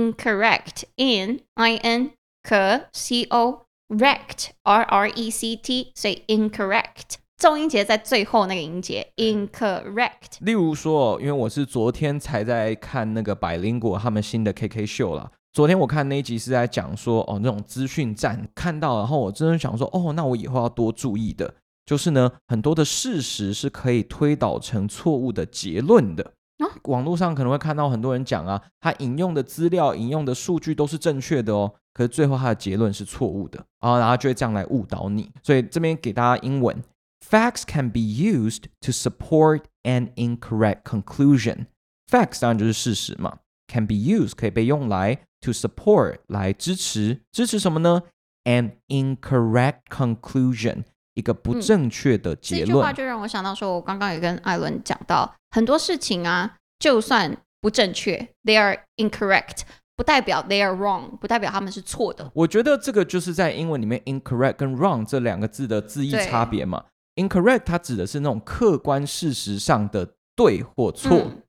Speaker 2: incorrect in i n 可 c o rect r r e c t，所以 incorrect 重音节在最后那个音节 incorrect。
Speaker 1: 例如说，因为我是昨天才在看那个百灵果他们新的 KK 秀啦。昨天我看那一集是在讲说，哦，那种资讯站看到，然后我真的想说，哦，那我以后要多注意的，就是呢，很多的事实是可以推导成错误的结论的。
Speaker 2: 啊
Speaker 1: 网络上可能会看到很多人讲啊，他引用的资料、引用的数据都是正确的哦，可是最后他的结论是错误的，哦然后然后就会这样来误导你。所以这边给大家英文，facts can be used to support an incorrect conclusion。facts 当然就是事实嘛，can be used 可以被用来 to support 来支持，支持什么呢？an incorrect conclusion 一个不
Speaker 2: 嗯
Speaker 1: 正确的结
Speaker 2: 这句话
Speaker 1: 论。
Speaker 2: 就让我想到说，我刚刚也跟艾伦讲到，很多事情啊，就算不正确，they are incorrect，不代表 they are wrong，不代表他们是错的。
Speaker 1: 我觉得这个就是在英文里面 incorrect 跟 wrong 这两个字的字义
Speaker 2: 对
Speaker 1: 差别嘛。incorrect 它指的是那种客观事实上的对或错。
Speaker 2: 嗯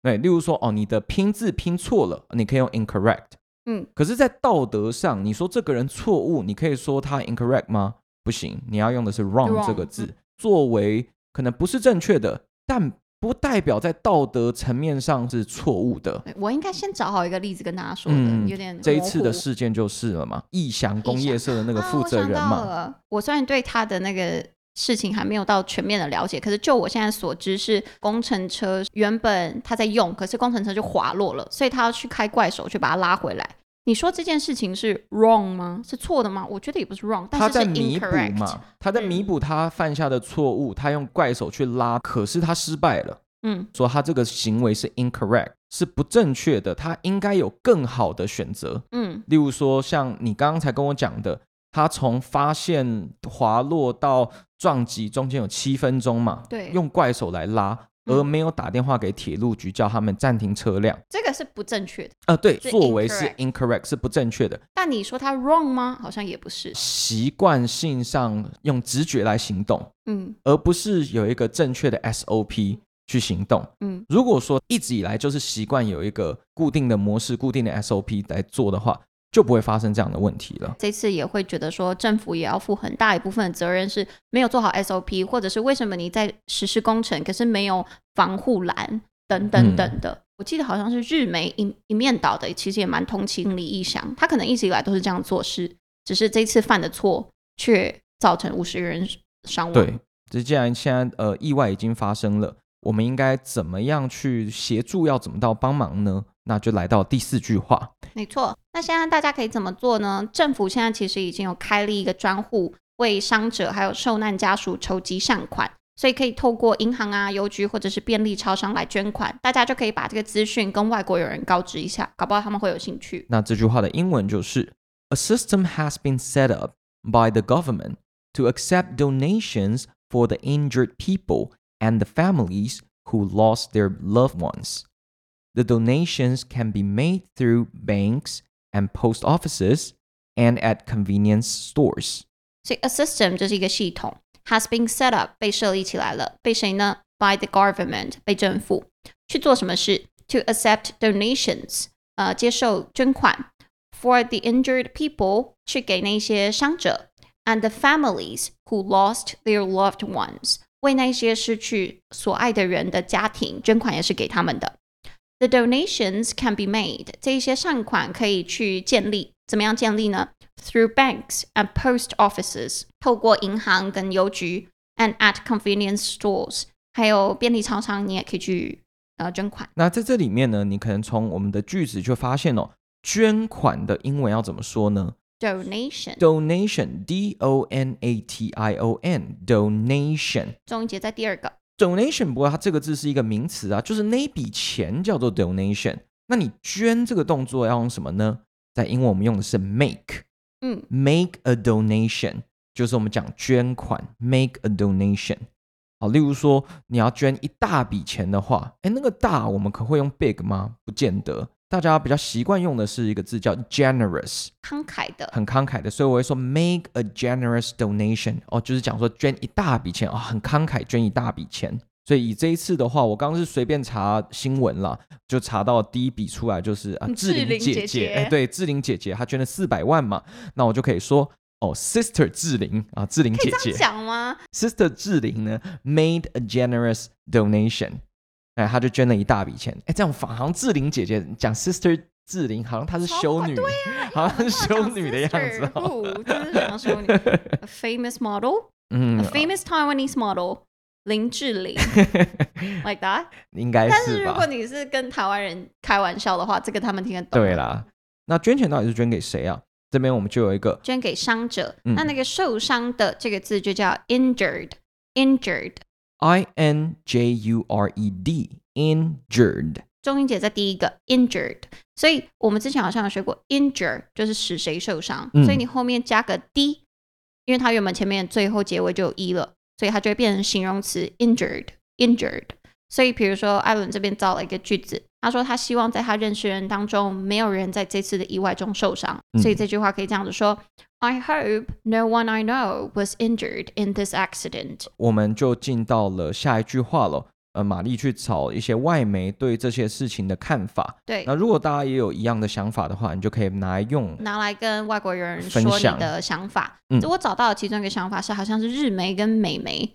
Speaker 1: 对，例如说哦，你的拼字拼错了，你可以用 incorrect。
Speaker 2: 嗯，
Speaker 1: 可是，在道德上，你说这个人错误，你可以说他 incorrect 吗？不行，你要用的是 wrong
Speaker 2: Wrong，
Speaker 1: 这个字
Speaker 2: 嗯，
Speaker 1: 作为可能不是正确的，但不代表在道德层面上是错误的。
Speaker 2: 对我应该先找好一个例子跟大家说的，有点
Speaker 1: 嗯这一
Speaker 2: 模
Speaker 1: 次
Speaker 2: 糊
Speaker 1: 的事件就是了嘛，义祥工业社的那个负责人
Speaker 2: 啊我想到
Speaker 1: 嘛，
Speaker 2: 了我虽然对他的那个事情还没有到全面的了解，可是就我现在所知是工程车原本他在用，可是工程车就滑落了，所以他要去开怪手去把它拉回来。你说这件事情是 wrong 吗？是错的吗？我觉得也不是 wrong，但
Speaker 1: 他
Speaker 2: 是
Speaker 1: 在
Speaker 2: 是
Speaker 1: 弥补
Speaker 2: incorrect。
Speaker 1: 嘛，他在
Speaker 2: 嗯
Speaker 1: 弥补他犯下的错误，他用怪手去拉，可是他失败了。
Speaker 2: 嗯，
Speaker 1: 说他这个行为是 incorrect，是不正确的，他应该有更好的选择。
Speaker 2: 嗯
Speaker 1: 例如说，像你刚刚才跟我讲的，他从发现滑落到撞击中间有七分钟嘛，
Speaker 2: 对
Speaker 1: 用怪手来拉，而
Speaker 2: 嗯
Speaker 1: 没有打电话给铁路局叫他们暂停车辆。
Speaker 2: 这个是不正确的。
Speaker 1: 呃，对，
Speaker 2: 是
Speaker 1: 作为是
Speaker 2: incorrect
Speaker 1: incorrect 是不正确的，
Speaker 2: 但你说他 wrong 吗？好像也不是。
Speaker 1: 习惯性上用直觉来行动，
Speaker 2: 嗯
Speaker 1: 而不是有一个正确的 SOP 去行动。
Speaker 2: 嗯，
Speaker 1: 如果说一直以来就是习惯有一个固定的模式、固定的 SOP 来做的话，就不会发生这样的问题了。
Speaker 2: 这次也会觉得说，政府也要负很大一部分的责任，是没有做好 SOP，或者是为什么你在实施工程，可是没有防护栏等等等
Speaker 1: 嗯
Speaker 2: 的。我记得好像是日媒一一面倒的，其实也蛮同情李义祥，他可能一直以来都是这样做事，只是这次犯的错却造成五十人伤亡。
Speaker 1: 对，这既然现在呃意外已经发生了，我们应该怎么样去协助？要怎么到帮忙呢？那就来到第四句话，
Speaker 2: 没错。那现在大家可以怎么做呢？政府现在其实已经有开立一个专户，为伤者还有受难家属筹集善款，所以可以透过银行啊、邮局或者是便利超商来捐款。大家就可以把这个资讯跟外国友人告知一下，搞不好他们会有兴趣。
Speaker 1: 那这句话的英文就是 a system has been set up by the government to accept donations for the injured people and the families who lost their loved ones. The donations can be made through banks and post offices and at convenience stores.
Speaker 2: 所以 a system 就是一个系统，has been set up 被设立起来了，被谁呢？By the government 被政府去做什么事？To accept donations 呃接受捐款，for the injured people 去给那些伤者，and the families who lost their loved ones 为那些失去所爱的人的家庭捐款也是给他们的。The donations can be made. 这一些善款可以去建立，怎么样建立呢？Through banks and post offices，透过银行跟邮局，and at convenience stores，还有便利超商，你也可以去呃捐款。
Speaker 1: 那在这里面呢，你可能从我们的句子就发现哦，捐款的英文要怎么说呢
Speaker 2: Donation，
Speaker 1: ？Donation, D-O-N-A-T-I-O-N, donation。
Speaker 2: 中音节在第二个。
Speaker 1: donation，不过它这个字是一个名词啊，就是那一笔钱叫做 donation。那你捐这个动作要用什么呢？在英文我们用的是 make，
Speaker 2: 嗯
Speaker 1: ，make a donation，就是我们讲捐款，make a donation。好，例如说你要捐一大笔钱的话，哎，那个大我们可会用 big 吗？不见得，大家比较习惯用的是一个字叫 generous，
Speaker 2: 慷慨的，
Speaker 1: 很慷慨的，所以我会说 make a generous donation，哦，就是讲说捐一大笔钱啊、哦，很慷慨捐一大笔钱。所以以这一次的话，我刚刚是随便查新闻啦，就查到第一笔出来就是啊，
Speaker 2: 嗯
Speaker 1: 志
Speaker 2: 志
Speaker 1: 玲
Speaker 2: 玲
Speaker 1: 姐
Speaker 2: 姐
Speaker 1: 姐，
Speaker 2: 姐
Speaker 1: 哎，对，志玲姐姐她捐了四百万嘛，那我就可以说哦，sister 志玲啊，志玲姐
Speaker 2: 这
Speaker 1: 姐
Speaker 2: 样讲吗？
Speaker 1: ，sister 志玲呢 made a generous donation，哎，她就捐了一大笔钱，哎，这样反好像志玲姐姐讲 sister 志玲，好像她是
Speaker 2: 超
Speaker 1: 修
Speaker 2: 怪
Speaker 1: 女，
Speaker 2: 对 啊
Speaker 1: 好像是修女的样子、哦。
Speaker 2: 不，真的是想修女。A famous model,
Speaker 1: 嗯
Speaker 2: a，famous Taiwanese model，林志玲，like that。
Speaker 1: 嗯 应该
Speaker 2: 但是
Speaker 1: 是
Speaker 2: 如果
Speaker 1: 吧？
Speaker 2: 你是跟台湾人开玩笑的话，这个他们听得懂。
Speaker 1: 对，啦，那捐钱到底是捐给谁啊？这边我们就有一个
Speaker 2: 捐给伤者。
Speaker 1: 嗯
Speaker 2: 那那个受伤的这个字就叫 injured。injured，
Speaker 1: i n j u r e d injured，
Speaker 2: 中英节在第一个 injured，所以我们之前好像有学过 injure 就是使谁受伤，
Speaker 1: 嗯
Speaker 2: 所以你后面加个 d，因为它原本前面最后结尾就有 e 了，所以它就会变成形容词 injured。injured。所以比如说艾伦这边造了一个句子，他说他希望在他认识人当中没有人在这次的意外中受伤，
Speaker 1: 嗯
Speaker 2: 所以这句话可以这样子说：I hope no one I know was injured in this accident。
Speaker 1: 我们就进到了下一句话了。呃，玛丽去找一些外媒对这些事情的看法。
Speaker 2: 对
Speaker 1: 那，如果大家也有一样的想法的话，你就可以拿来用。
Speaker 2: 拿来跟外国人说
Speaker 1: 分
Speaker 2: 你
Speaker 1: 享
Speaker 2: 的想法。
Speaker 1: 嗯
Speaker 2: 我找到的其中一个想法是，好像是日媒跟美 媒。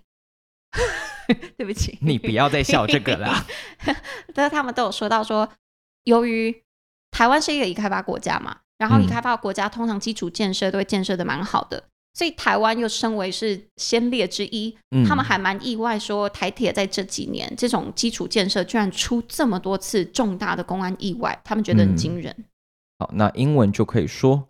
Speaker 2: 对不起，
Speaker 1: 你不要再笑这个啦。
Speaker 2: 但是他们都有说到说，由于台湾是一个已开发国家嘛，然后
Speaker 1: 嗯
Speaker 2: 已开发国家通常基础建设都会建设的蛮好的，所以台湾又身为是先烈之一，
Speaker 1: 嗯
Speaker 2: 他们还蛮意外说台铁在这几年这种基础建设居然出这么多次重大的公安意外，他们觉得很
Speaker 1: 嗯
Speaker 2: 惊人。
Speaker 1: 好，那英文就可以说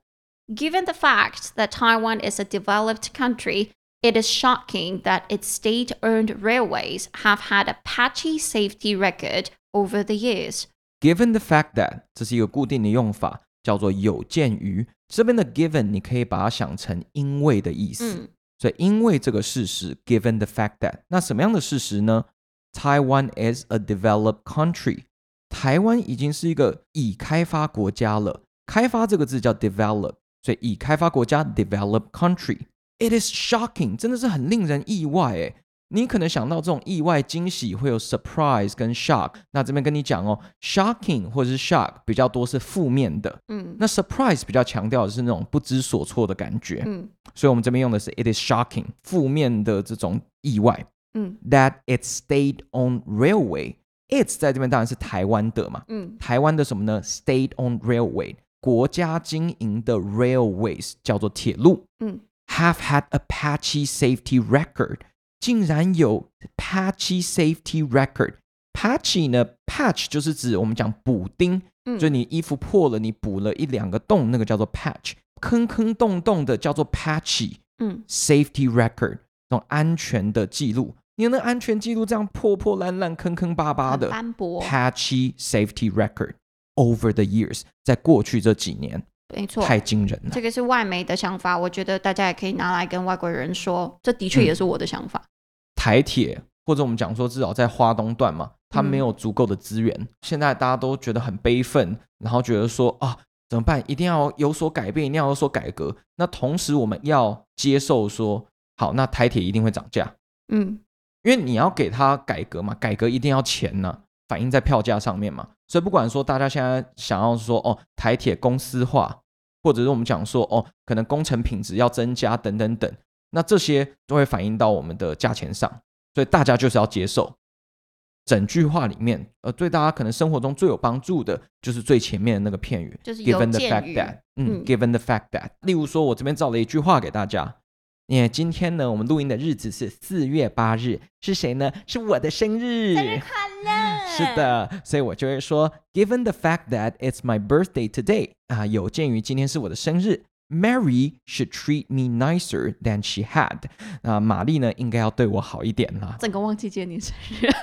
Speaker 2: Given the fact that Taiwan is a developed country, it is shocking that its state owned railways have had a patchy safety record over the years.
Speaker 1: ，given the fact that 这是一个固定的用法，叫做有鉴于。这边的 given 你可以把它想成因为的意思。
Speaker 2: 嗯，
Speaker 1: 所以因为这个事实，given the fact that，那什么样的事实呢？Taiwan is a developed country，台湾已经是一个已开发国家了。开发这个字叫 develop，所以已开发国家 developed country。It is shocking，真的是很令人意外诶。你可能想到这种意外惊喜会有 surprise 跟 shock，那这边跟你讲哦，shocking 或者是 shock 比较多是负面的，
Speaker 2: 嗯，
Speaker 1: 那 surprise 比较强调的是那种不知所措的感觉。
Speaker 2: 嗯，
Speaker 1: 所以我们这边用的是 it is shocking 负面的这种意外
Speaker 2: 嗯，
Speaker 1: that it stayed on railway。it 在这边当然是台湾的嘛，
Speaker 2: 嗯，
Speaker 1: 台湾的什么呢？stayed on railway 国家经营的 railways 叫做铁路。
Speaker 2: 嗯
Speaker 1: ，have had a patchy safety record，竟然有 patchy safety record。patchy 呢，patch 就是指我们讲补丁，
Speaker 2: 嗯
Speaker 1: 就你衣服破了，你补了一两个洞，那个叫做 patch，坑坑洞洞的叫做 patchy。
Speaker 2: 嗯，
Speaker 1: safety record 那种安全的记录。你那安全记录这样破破烂烂、坑坑巴巴
Speaker 2: 很
Speaker 1: 的
Speaker 2: 斑驳，
Speaker 1: patchy safety record over the years，在过去这几年
Speaker 2: 没错，
Speaker 1: 太惊人了。
Speaker 2: 这个是外媒的想法，我觉得大家也可以拿来跟外国人说，这的确也是我的想法。
Speaker 1: 台铁或者我们讲说至少在花东段嘛，它没有足够的资源，现在大家都觉得很悲愤，然后觉得说啊怎么办？一定要有所改变，一定要有所改革。那同时我们要接受说，好，那台铁一定会涨价，
Speaker 2: 嗯
Speaker 1: 因为你要给它改革嘛，改革一定要钱呢、反映在票价上面嘛。所以不管说大家现在想要说哦台铁公司化，或者是我们讲说哦可能工程品质要增加等等等，那这些都会反映到我们的价钱上。所以大家就是要接受。整句话里面，呃，对大家可能生活中最有帮助的就是最前面的那个片语，
Speaker 2: 就是有
Speaker 1: given the
Speaker 2: 鉴
Speaker 1: fact
Speaker 2: 于
Speaker 1: that，嗯
Speaker 2: 嗯
Speaker 1: g i v e n the fact that。例如说，我这边造了一句话给大家。耶，今天呢，我们录音的日子是四月八日，是谁呢？是我的生日。
Speaker 2: 快乐
Speaker 1: 是，的，所以我就会说，Given the fact that it's my birthday today，啊、有鉴于今天是我的生日，Mary should treat me nicer than she had。啊、玛丽呢，应该要对我好一点啦。
Speaker 2: 整个忘记接你生日。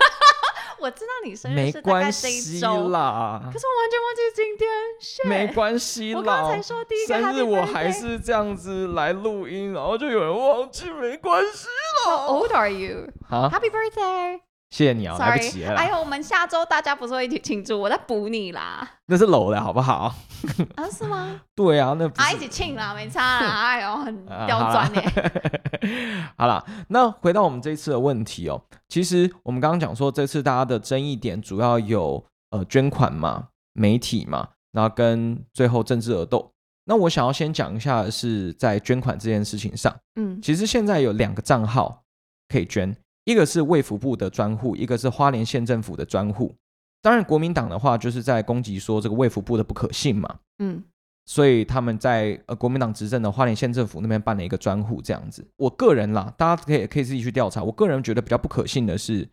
Speaker 2: 我知道你生日
Speaker 1: 没
Speaker 2: 是大概
Speaker 1: 关
Speaker 2: 这一
Speaker 1: 系
Speaker 2: 周，
Speaker 1: 啦
Speaker 2: 可，是我完全忘记今天。shit
Speaker 1: 没关系
Speaker 2: 我刚
Speaker 1: 啦
Speaker 2: 才。说第一个
Speaker 1: 生日
Speaker 2: happy
Speaker 1: 我还
Speaker 2: birthday
Speaker 1: 是这样子来录音，然后就有人忘记，没关系啦。
Speaker 2: How old are you?
Speaker 1: 好，
Speaker 2: Happy birthday!
Speaker 1: 谢谢你啊，来不
Speaker 2: Sorry，
Speaker 1: 及了
Speaker 2: 哎
Speaker 1: 啦，
Speaker 2: 呦，我们下周大家不是会一起庆祝？我在补你 啦。
Speaker 1: 那是搂的好不好？
Speaker 2: 啊，是吗？
Speaker 1: 对啊，那不
Speaker 2: 啊，
Speaker 1: 是
Speaker 2: 一起庆啦，没差啦。哎呦，很
Speaker 1: 啊
Speaker 2: 刁钻欸呢。
Speaker 1: 好啦，那回到我们这一次的问题哦，其实我们刚刚讲说，这次大家的争议点主要有呃捐款嘛、媒体嘛，然后跟最后政治恶斗。那我想要先讲一下的是在捐款这件事情上，
Speaker 2: 嗯
Speaker 1: 其实现在有两个账号可以捐，一个是卫福部的专户，一个是花莲县政府的专户。当然，国民党的话就是在攻击说这个卫福部的不可信嘛，
Speaker 2: 嗯
Speaker 1: 所以他们在呃国民党执政的花莲县政府那边办了一个专户这样子。我个人啦，大家可以可以自己去调查。我个人觉得比较不可信的是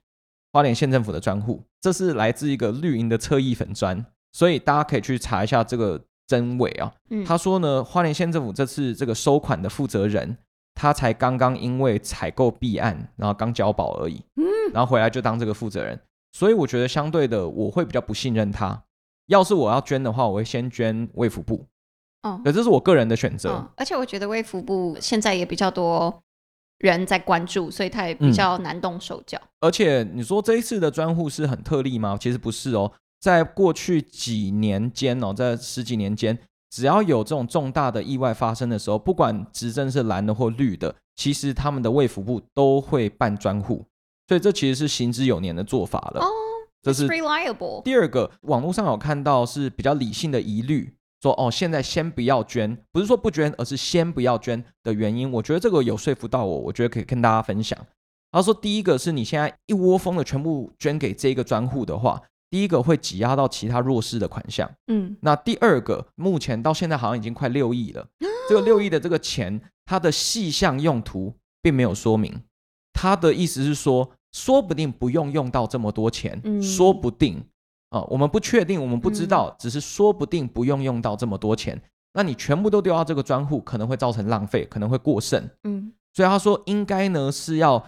Speaker 1: 花莲县政府的专户，这是来自一个绿营的侧翼粉砖，所以大家可以去查一下这个真伪啊。
Speaker 2: 嗯，
Speaker 1: 他说呢，花莲县政府这次这个收款的负责人，他才刚刚因为采购弊案，然后刚交保而已，嗯，然后回来就当这个负责人，所以我觉得相对的，我会比较不信任他。要是我要捐的话，我会先捐卫福部，
Speaker 2: 哦
Speaker 1: 可这是我个人的选择。
Speaker 2: 嗯，而且我觉得卫福部现在也比较多人在关注，所以他也比
Speaker 1: 嗯
Speaker 2: 较难动手脚。
Speaker 1: 而且你说这一次的专户是很特例吗？其实不是哦，在过去几年间哦，在十几年间，只要有这种重大的意外发生的时候，不管执政是蓝的或绿的，其实他们的卫福部都会办专户，所以这其实是行之有年的做法了。
Speaker 2: 哦，
Speaker 1: 这
Speaker 2: it's
Speaker 1: 是
Speaker 2: reliable。
Speaker 1: 第二个，网络上有看到是比较理性的疑虑，说哦，现在先不要捐，不是说不捐，而是先不要捐的原因。我觉得这个有说服到我，我觉得可以跟大家分享。他说，第一个是你现在一窝蜂的全部捐给这个专户的话，第一个会挤压到其他弱势的款项。
Speaker 2: 嗯
Speaker 1: 那第二个，目前到现在好像已经快六亿了，这个六亿的这个钱，它的细项用途并没有说明。他的意思是说，说不定不用用到这么多钱，
Speaker 2: 嗯
Speaker 1: 说不定啊、我们不确定，我们不知道，只是说不定不用用到这么多钱。那你全部都丢到这个专户，可能会造成浪费，可能会过剩。
Speaker 2: 嗯
Speaker 1: 所以他说，应该呢是要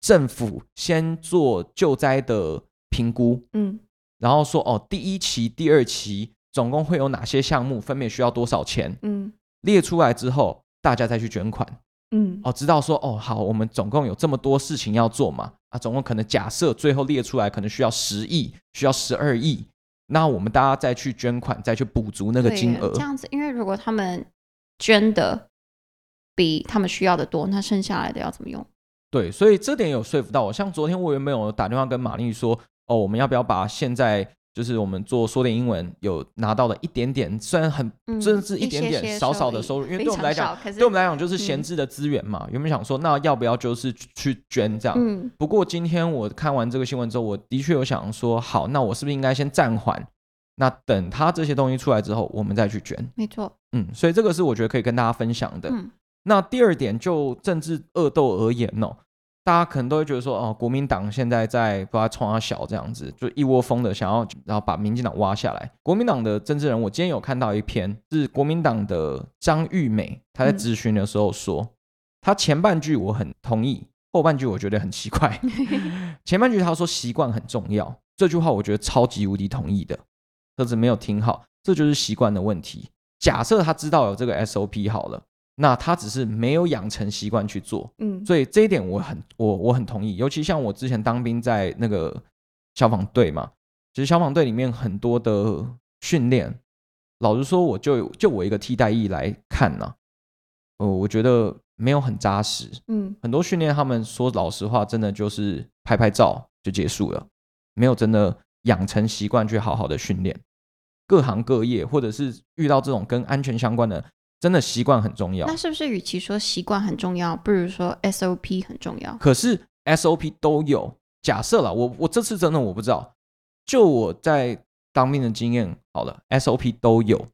Speaker 1: 政府先做救灾的评估，
Speaker 2: 嗯
Speaker 1: 然后说哦，第一期、第二期总共会有哪些项目，分别需要多少钱，
Speaker 2: 嗯
Speaker 1: 列出来之后，大家再去捐款。
Speaker 2: 嗯
Speaker 1: 哦，知道说哦，好，我们总共有这么多事情要做嘛，啊，总共可能假设最后列出来可能需要十亿，需要十二亿，那我们大家再去捐款，再去补足那个
Speaker 2: 对
Speaker 1: 金
Speaker 2: 耶
Speaker 1: 额
Speaker 2: 这。样子，因为如果他们捐的比他们需要的多，那剩下来的要怎么用？
Speaker 1: 对，所以这点有说服到我。像昨天我原本有打电话跟玛丽说，哦，我们要不要把现在就是我们做说点英文有拿到的一点点，虽然很
Speaker 2: 嗯
Speaker 1: 真的是
Speaker 2: 一
Speaker 1: 一点
Speaker 2: 些
Speaker 1: 点
Speaker 2: 些
Speaker 1: 少
Speaker 2: 收
Speaker 1: 少的
Speaker 2: 益
Speaker 1: 收入，因为
Speaker 2: 非
Speaker 1: 对我们
Speaker 2: 常
Speaker 1: 来讲
Speaker 2: 少，可是
Speaker 1: 对我们来讲就是
Speaker 2: 嗯
Speaker 1: 闲置的资源嘛。原本想说，那要不要就是去去捐这样？
Speaker 2: 嗯
Speaker 1: 不过今天我看完这个新闻之后，我的确有想说，好，那我是不是应该先暂缓？那等它这些东西出来之后，我们再去捐。
Speaker 2: 没错，
Speaker 1: 嗯，所以这个是我觉得可以跟大家分享的。
Speaker 2: 嗯
Speaker 1: 那第二点，就政治恶斗而言哦，大家可能都会觉得说，哦，国民党现在在把它冲啊小这样子，就一窝蜂的想要然后把民进党挖下来。国民党的政治人，我今天有看到一篇是国民党的张玉美，她在
Speaker 2: 嗯
Speaker 1: 咨询的时候说，她前半句我很同意，后半句我觉得很奇怪。前半句她说习惯很重要，这句话我觉得超级无敌同意的，可是没有听好，这就是习惯的问题。假设他知道有这个 SOP 好了，那他只是没有养成习惯去做，
Speaker 2: 嗯，
Speaker 1: 所以这一点我很我我很同意，尤其像我之前当兵在那个消防队嘛，其实消防队里面很多的训练，老实说，我就就我一个替代役来看呢、呃，我觉得没有很扎实，
Speaker 2: 嗯
Speaker 1: 很多训练他们说老实话，真的就是拍拍照就结束了，没有真的养成习惯去好好的训练。各行各业或者是遇到这种跟安全相关的，真的习惯很重要
Speaker 2: 那。是不是与其说习惯很重要，不如说 SOP 很重要？
Speaker 1: 可是 SOP 都有。假设了，我我这次真的我不知道，就我在当兵的经验，好了，SOP 都有，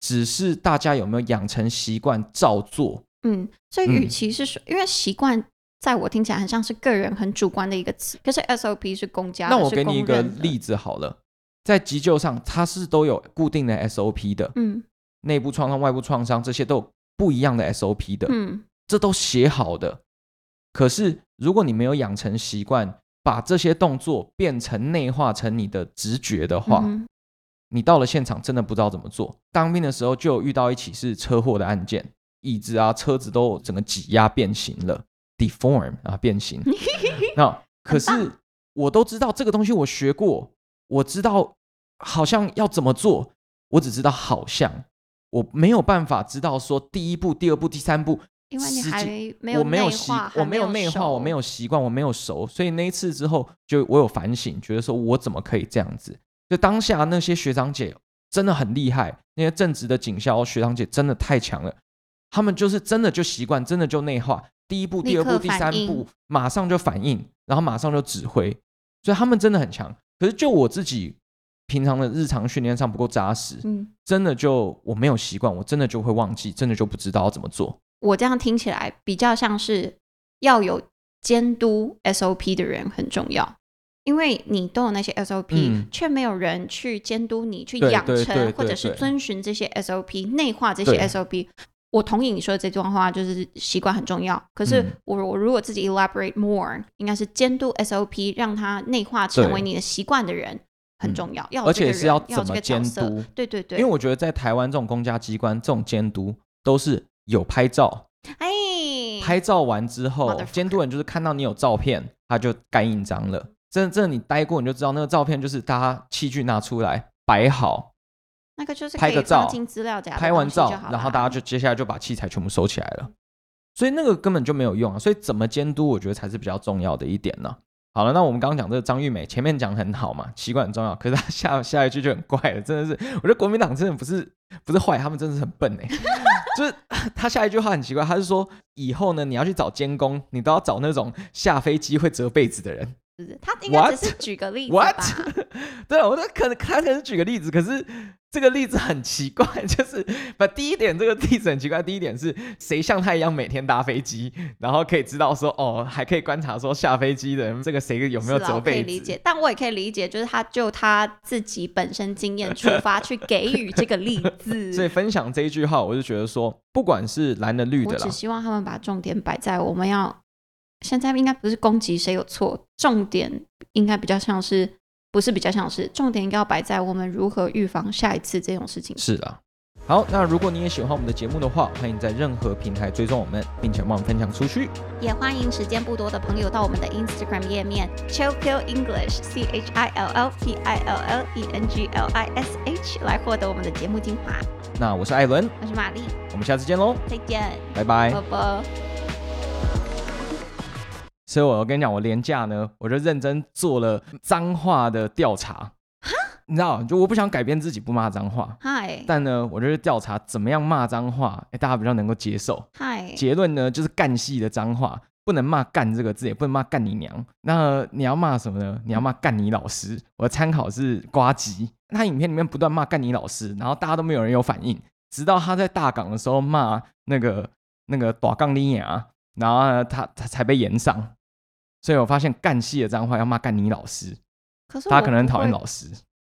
Speaker 1: 只是大家有没有养成习惯照做？
Speaker 2: 嗯，所以
Speaker 1: 嗯
Speaker 2: 与其是说，因为习惯在我听起来很像是个人很主观的一个词，可是 SOP 是公家的，
Speaker 1: 那我给你一个
Speaker 2: 是公认的
Speaker 1: 例，子好了，在急救上它是都有固定的 SOP 的，
Speaker 2: 嗯
Speaker 1: 内部创伤、外部创伤这些都有不一样的 SOP 的，
Speaker 2: 嗯
Speaker 1: 这都写好的。可是如果你没有养成习惯，把这些动作变成内化成你的直觉的话，
Speaker 2: 嗯
Speaker 1: 你到了现场真的不知道怎么做。当兵的时候就有遇到一起是车祸的案件，椅子啊、车子都整个挤压变形了，deform 啊变形。那可是我都知道这个东西，我学过，我知道好像要怎么做，我只知道好像，我没有办法知道说第一步、第二步、第三步
Speaker 2: 因为你
Speaker 1: 实际
Speaker 2: 还没
Speaker 1: 我
Speaker 2: 有
Speaker 1: 没
Speaker 2: 内
Speaker 1: 有习
Speaker 2: 化，，还
Speaker 1: 我没有内化，
Speaker 2: 熟
Speaker 1: 我没有习惯，我没有熟，所以那一次之后，就我有反省，觉得说我怎么可以这样子？就当下那些学长姐真的很厉害，那些正直的警校学长姐真的太强了，他们就是真的就习惯，真的就内化，第一步、
Speaker 2: 立
Speaker 1: 第二
Speaker 2: 刻
Speaker 1: 步、第
Speaker 2: 反
Speaker 1: 三
Speaker 2: 应
Speaker 1: 步，马上就反应，然后马上就指挥，所以他们真的很强。可是就我自己平常的日常训练上不够扎实，
Speaker 2: 嗯，
Speaker 1: 真的就我没有习惯，我真的就会忘记，真的就不知道要怎么做。
Speaker 2: 我这样听起来比较像是要有监督 SOP 的人很重要，因为你都有那些 SOP，、
Speaker 1: 嗯
Speaker 2: 却没有人去监督你去
Speaker 1: 对
Speaker 2: 养
Speaker 1: 对对
Speaker 2: 成
Speaker 1: 对
Speaker 2: 或者是
Speaker 1: 对
Speaker 2: 遵循这些 SOP，内化这些
Speaker 1: 对
Speaker 2: SOP。我同意你说的这段话，就是习惯很重要。可是
Speaker 1: 嗯
Speaker 2: 我、我如果自己 elaborate more，应该是监督 SOP，让它内化成
Speaker 1: 对
Speaker 2: 为你的习惯的人很
Speaker 1: 嗯
Speaker 2: 重要。要有
Speaker 1: 而
Speaker 2: 哦这
Speaker 1: 且
Speaker 2: 个
Speaker 1: 是
Speaker 2: 人要有
Speaker 1: 怎
Speaker 2: 这
Speaker 1: 么
Speaker 2: 个
Speaker 1: 监
Speaker 2: 角色，
Speaker 1: 督？
Speaker 2: 对对对，
Speaker 1: 因为我觉得在台湾这种公家机关这种监督都是有拍照，
Speaker 2: 哎，
Speaker 1: 拍照完之后
Speaker 2: Motherfucker，
Speaker 1: 监督人就是看到你有照片，他就盖印章了。真的真的你待过你就知道，那个照片就是大家器具拿出来摆好，
Speaker 2: 那个就是
Speaker 1: 拍
Speaker 2: 可以
Speaker 1: 个
Speaker 2: 放
Speaker 1: 照
Speaker 2: 进资料夹的
Speaker 1: 拍完
Speaker 2: 东西就
Speaker 1: 照
Speaker 2: 好啊啦，
Speaker 1: 然后大家就接下来就把器材全部收起来了。所以那个根本就没有用啊！所以怎么监督，我觉得才是比较重要的一点呢、好了，那我们刚刚讲这个张玉美，前面讲很好嘛，习惯很重要，可是她下下一句就很怪了，真的是，我觉得国民党真的不是不是坏，他们真的是很笨哎、 就是他下一句话很奇怪，他是说以后呢，你要去找监工，你都要找那种下飞机会折被子的人。
Speaker 2: 是不是他应该
Speaker 1: What？
Speaker 2: 只是举个例子 吧
Speaker 1: What？对，啊我说可能他可能举个例子，可是这个例子很奇怪， 就是把第一点这个例子很奇怪，第一点是谁像他一样每天搭飞机，然后可以知道说哦，还可以观察说下飞机的人这个谁有没有
Speaker 2: 是啦啊
Speaker 1: 折
Speaker 2: 我可以
Speaker 1: 被
Speaker 2: 理
Speaker 1: 子
Speaker 2: 解，。但我也可以理解，就是他就他自己本身经验出发去给予这个例
Speaker 1: 所以
Speaker 2: 子。
Speaker 1: 分享这一句话，我就觉得说，不管是蓝的绿
Speaker 2: 我
Speaker 1: 的啦
Speaker 2: 只，希望他们把重点摆在我们要现在应该不是攻击谁有错，重点应该比较像是不是比较像是重点应该要摆在我们如何预防下一次这种事情。
Speaker 1: 是啦。好，那如果你也喜欢我们的节目的话，欢迎在任何平台追踪我们，并且帮我们分享出去。
Speaker 2: 也欢迎时间不多的朋友到我们的 Instagram 页面 Chill Pill English C H I L L P I L L E N G L I S H 来获得我们的节目精华。
Speaker 1: 那我是艾伦，
Speaker 2: 我是玛丽，
Speaker 1: 我们下次见喽，
Speaker 2: 再见，
Speaker 1: 拜拜。
Speaker 2: 啵啵。
Speaker 1: 所以我跟你讲，我廉价呢，我就认真做了脏话的调查。你知道，就我不想改变自己不骂脏话，
Speaker 2: 嗨
Speaker 1: 但呢，我就是调查怎么样骂脏话，哎，大家比较能够接受。
Speaker 2: 嗨，
Speaker 1: 结论呢，就是干系的脏话不能骂“干”这个字，也不能骂“干你娘”。那你要骂什么呢？你要骂“干你老师”。我的参考是瓜吉，他影片里面不断骂“干你老师”，然后大家都没有人有反应，直到他在大港的时候骂那个那个短杠铃牙，啊然后呢他他才被延上。所以我发现干系的脏话要骂“干你老师
Speaker 2: 可”，是
Speaker 1: 他
Speaker 2: 我
Speaker 1: 可能很
Speaker 2: 不
Speaker 1: 讨厌
Speaker 2: 会，
Speaker 1: 老师。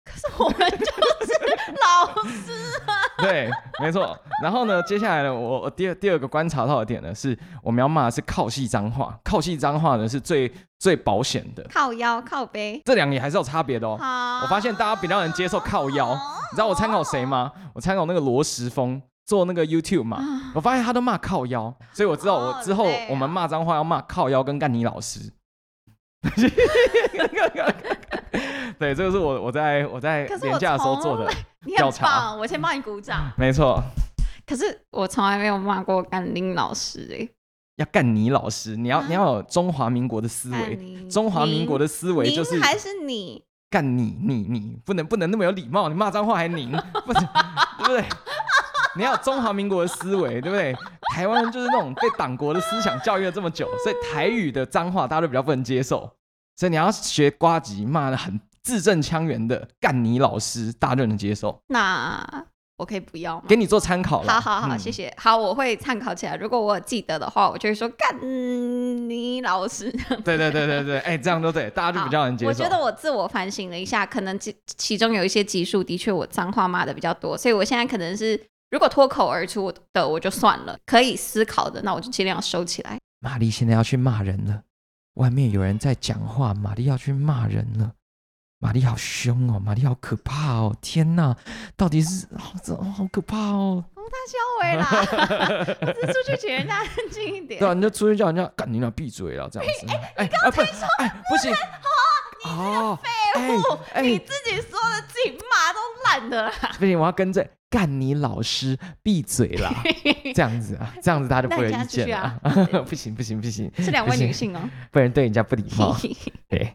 Speaker 2: 可是我们就是老师，
Speaker 1: 对，没错。然后呢，接下来呢，我我第二第二个观察到的点呢，是我们要骂的是靠系脏话，靠系脏话呢是最最保险的，
Speaker 2: 靠腰靠背。
Speaker 1: 这两个也还是有差别的哦。
Speaker 2: 好，哦
Speaker 1: 我发现大家比较能接受靠腰
Speaker 2: 好
Speaker 1: 你知道我参考谁吗？我参考那个罗时丰做那个 YouTube 嘛，
Speaker 2: 啊
Speaker 1: 我发现他都骂靠腰，所以我知道
Speaker 2: 哦
Speaker 1: 我之后
Speaker 2: 对啊
Speaker 1: 我们骂脏话要骂靠腰跟干你老师。 对，这个是我我在我在
Speaker 2: 可是我
Speaker 1: 廉价的时候做
Speaker 2: 从
Speaker 1: 的，
Speaker 2: 你
Speaker 1: 调
Speaker 2: 很
Speaker 1: 查
Speaker 2: 棒，我先帮你鼓掌。
Speaker 1: 没错，嗯
Speaker 2: 可是我从来没有骂过甘霖老师哎、
Speaker 1: 要干你老师，你
Speaker 2: 啊
Speaker 1: 要、你要有中华民国的思
Speaker 2: 甘
Speaker 1: 维，
Speaker 2: 霖
Speaker 1: 中华民国的思维
Speaker 2: 嗯您
Speaker 1: 就是
Speaker 2: 您还是你，
Speaker 1: 干你你你，不能不能那么有礼貌，你骂脏话还拧，不是对不对？ 你要有中华民国的思维，对不对？台湾人就是那种被党国的思想教育了这么久，所以台语的脏话大家都比较不能接受，所以你要学瓜吉骂的很字正腔圆的干你老师，大家就能接受，
Speaker 2: 那我可以不要吗？
Speaker 1: 给你做参考了。
Speaker 2: 好好好，
Speaker 1: 嗯
Speaker 2: 谢谢。好，我会参考起来。如果我有记得的话，我就会说干你老师。
Speaker 1: 对对对对对，哎、这样都对，大家就比较能接受。
Speaker 2: 我觉得我自我反省了一下，可能其其中有一些集数的确我脏话骂的比较多，所以我现在可能是如果脱口而出的我就算了，可以思考的那我就尽量收起来。
Speaker 1: 玛丽现在要去骂人了，外面有人在讲话，玛丽要去骂人了。玛丽好凶哦，玛丽好可怕哦！天哪，到底是好、这哦好可怕哦！
Speaker 2: 稍微啦，我只是出去请人家安静一点。
Speaker 1: 对啊，你就出去叫人家赶紧俩闭嘴了，这样子。哎、啊不，哎、不行，哦，你
Speaker 2: 哦
Speaker 1: 哎
Speaker 2: 你
Speaker 1: 哎，
Speaker 2: 自己说的，自己骂都烂的啦。
Speaker 1: 不行，我要跟着干你老师闭嘴 啦，这样子啊，这样子大家就不会有
Speaker 2: 那
Speaker 1: 意
Speaker 2: 你现在出
Speaker 1: 见
Speaker 2: 去
Speaker 1: 了
Speaker 2: 啊。
Speaker 1: 不行不行不行，
Speaker 2: 是两位女性哦、
Speaker 1: 不然对人家不礼貌。对，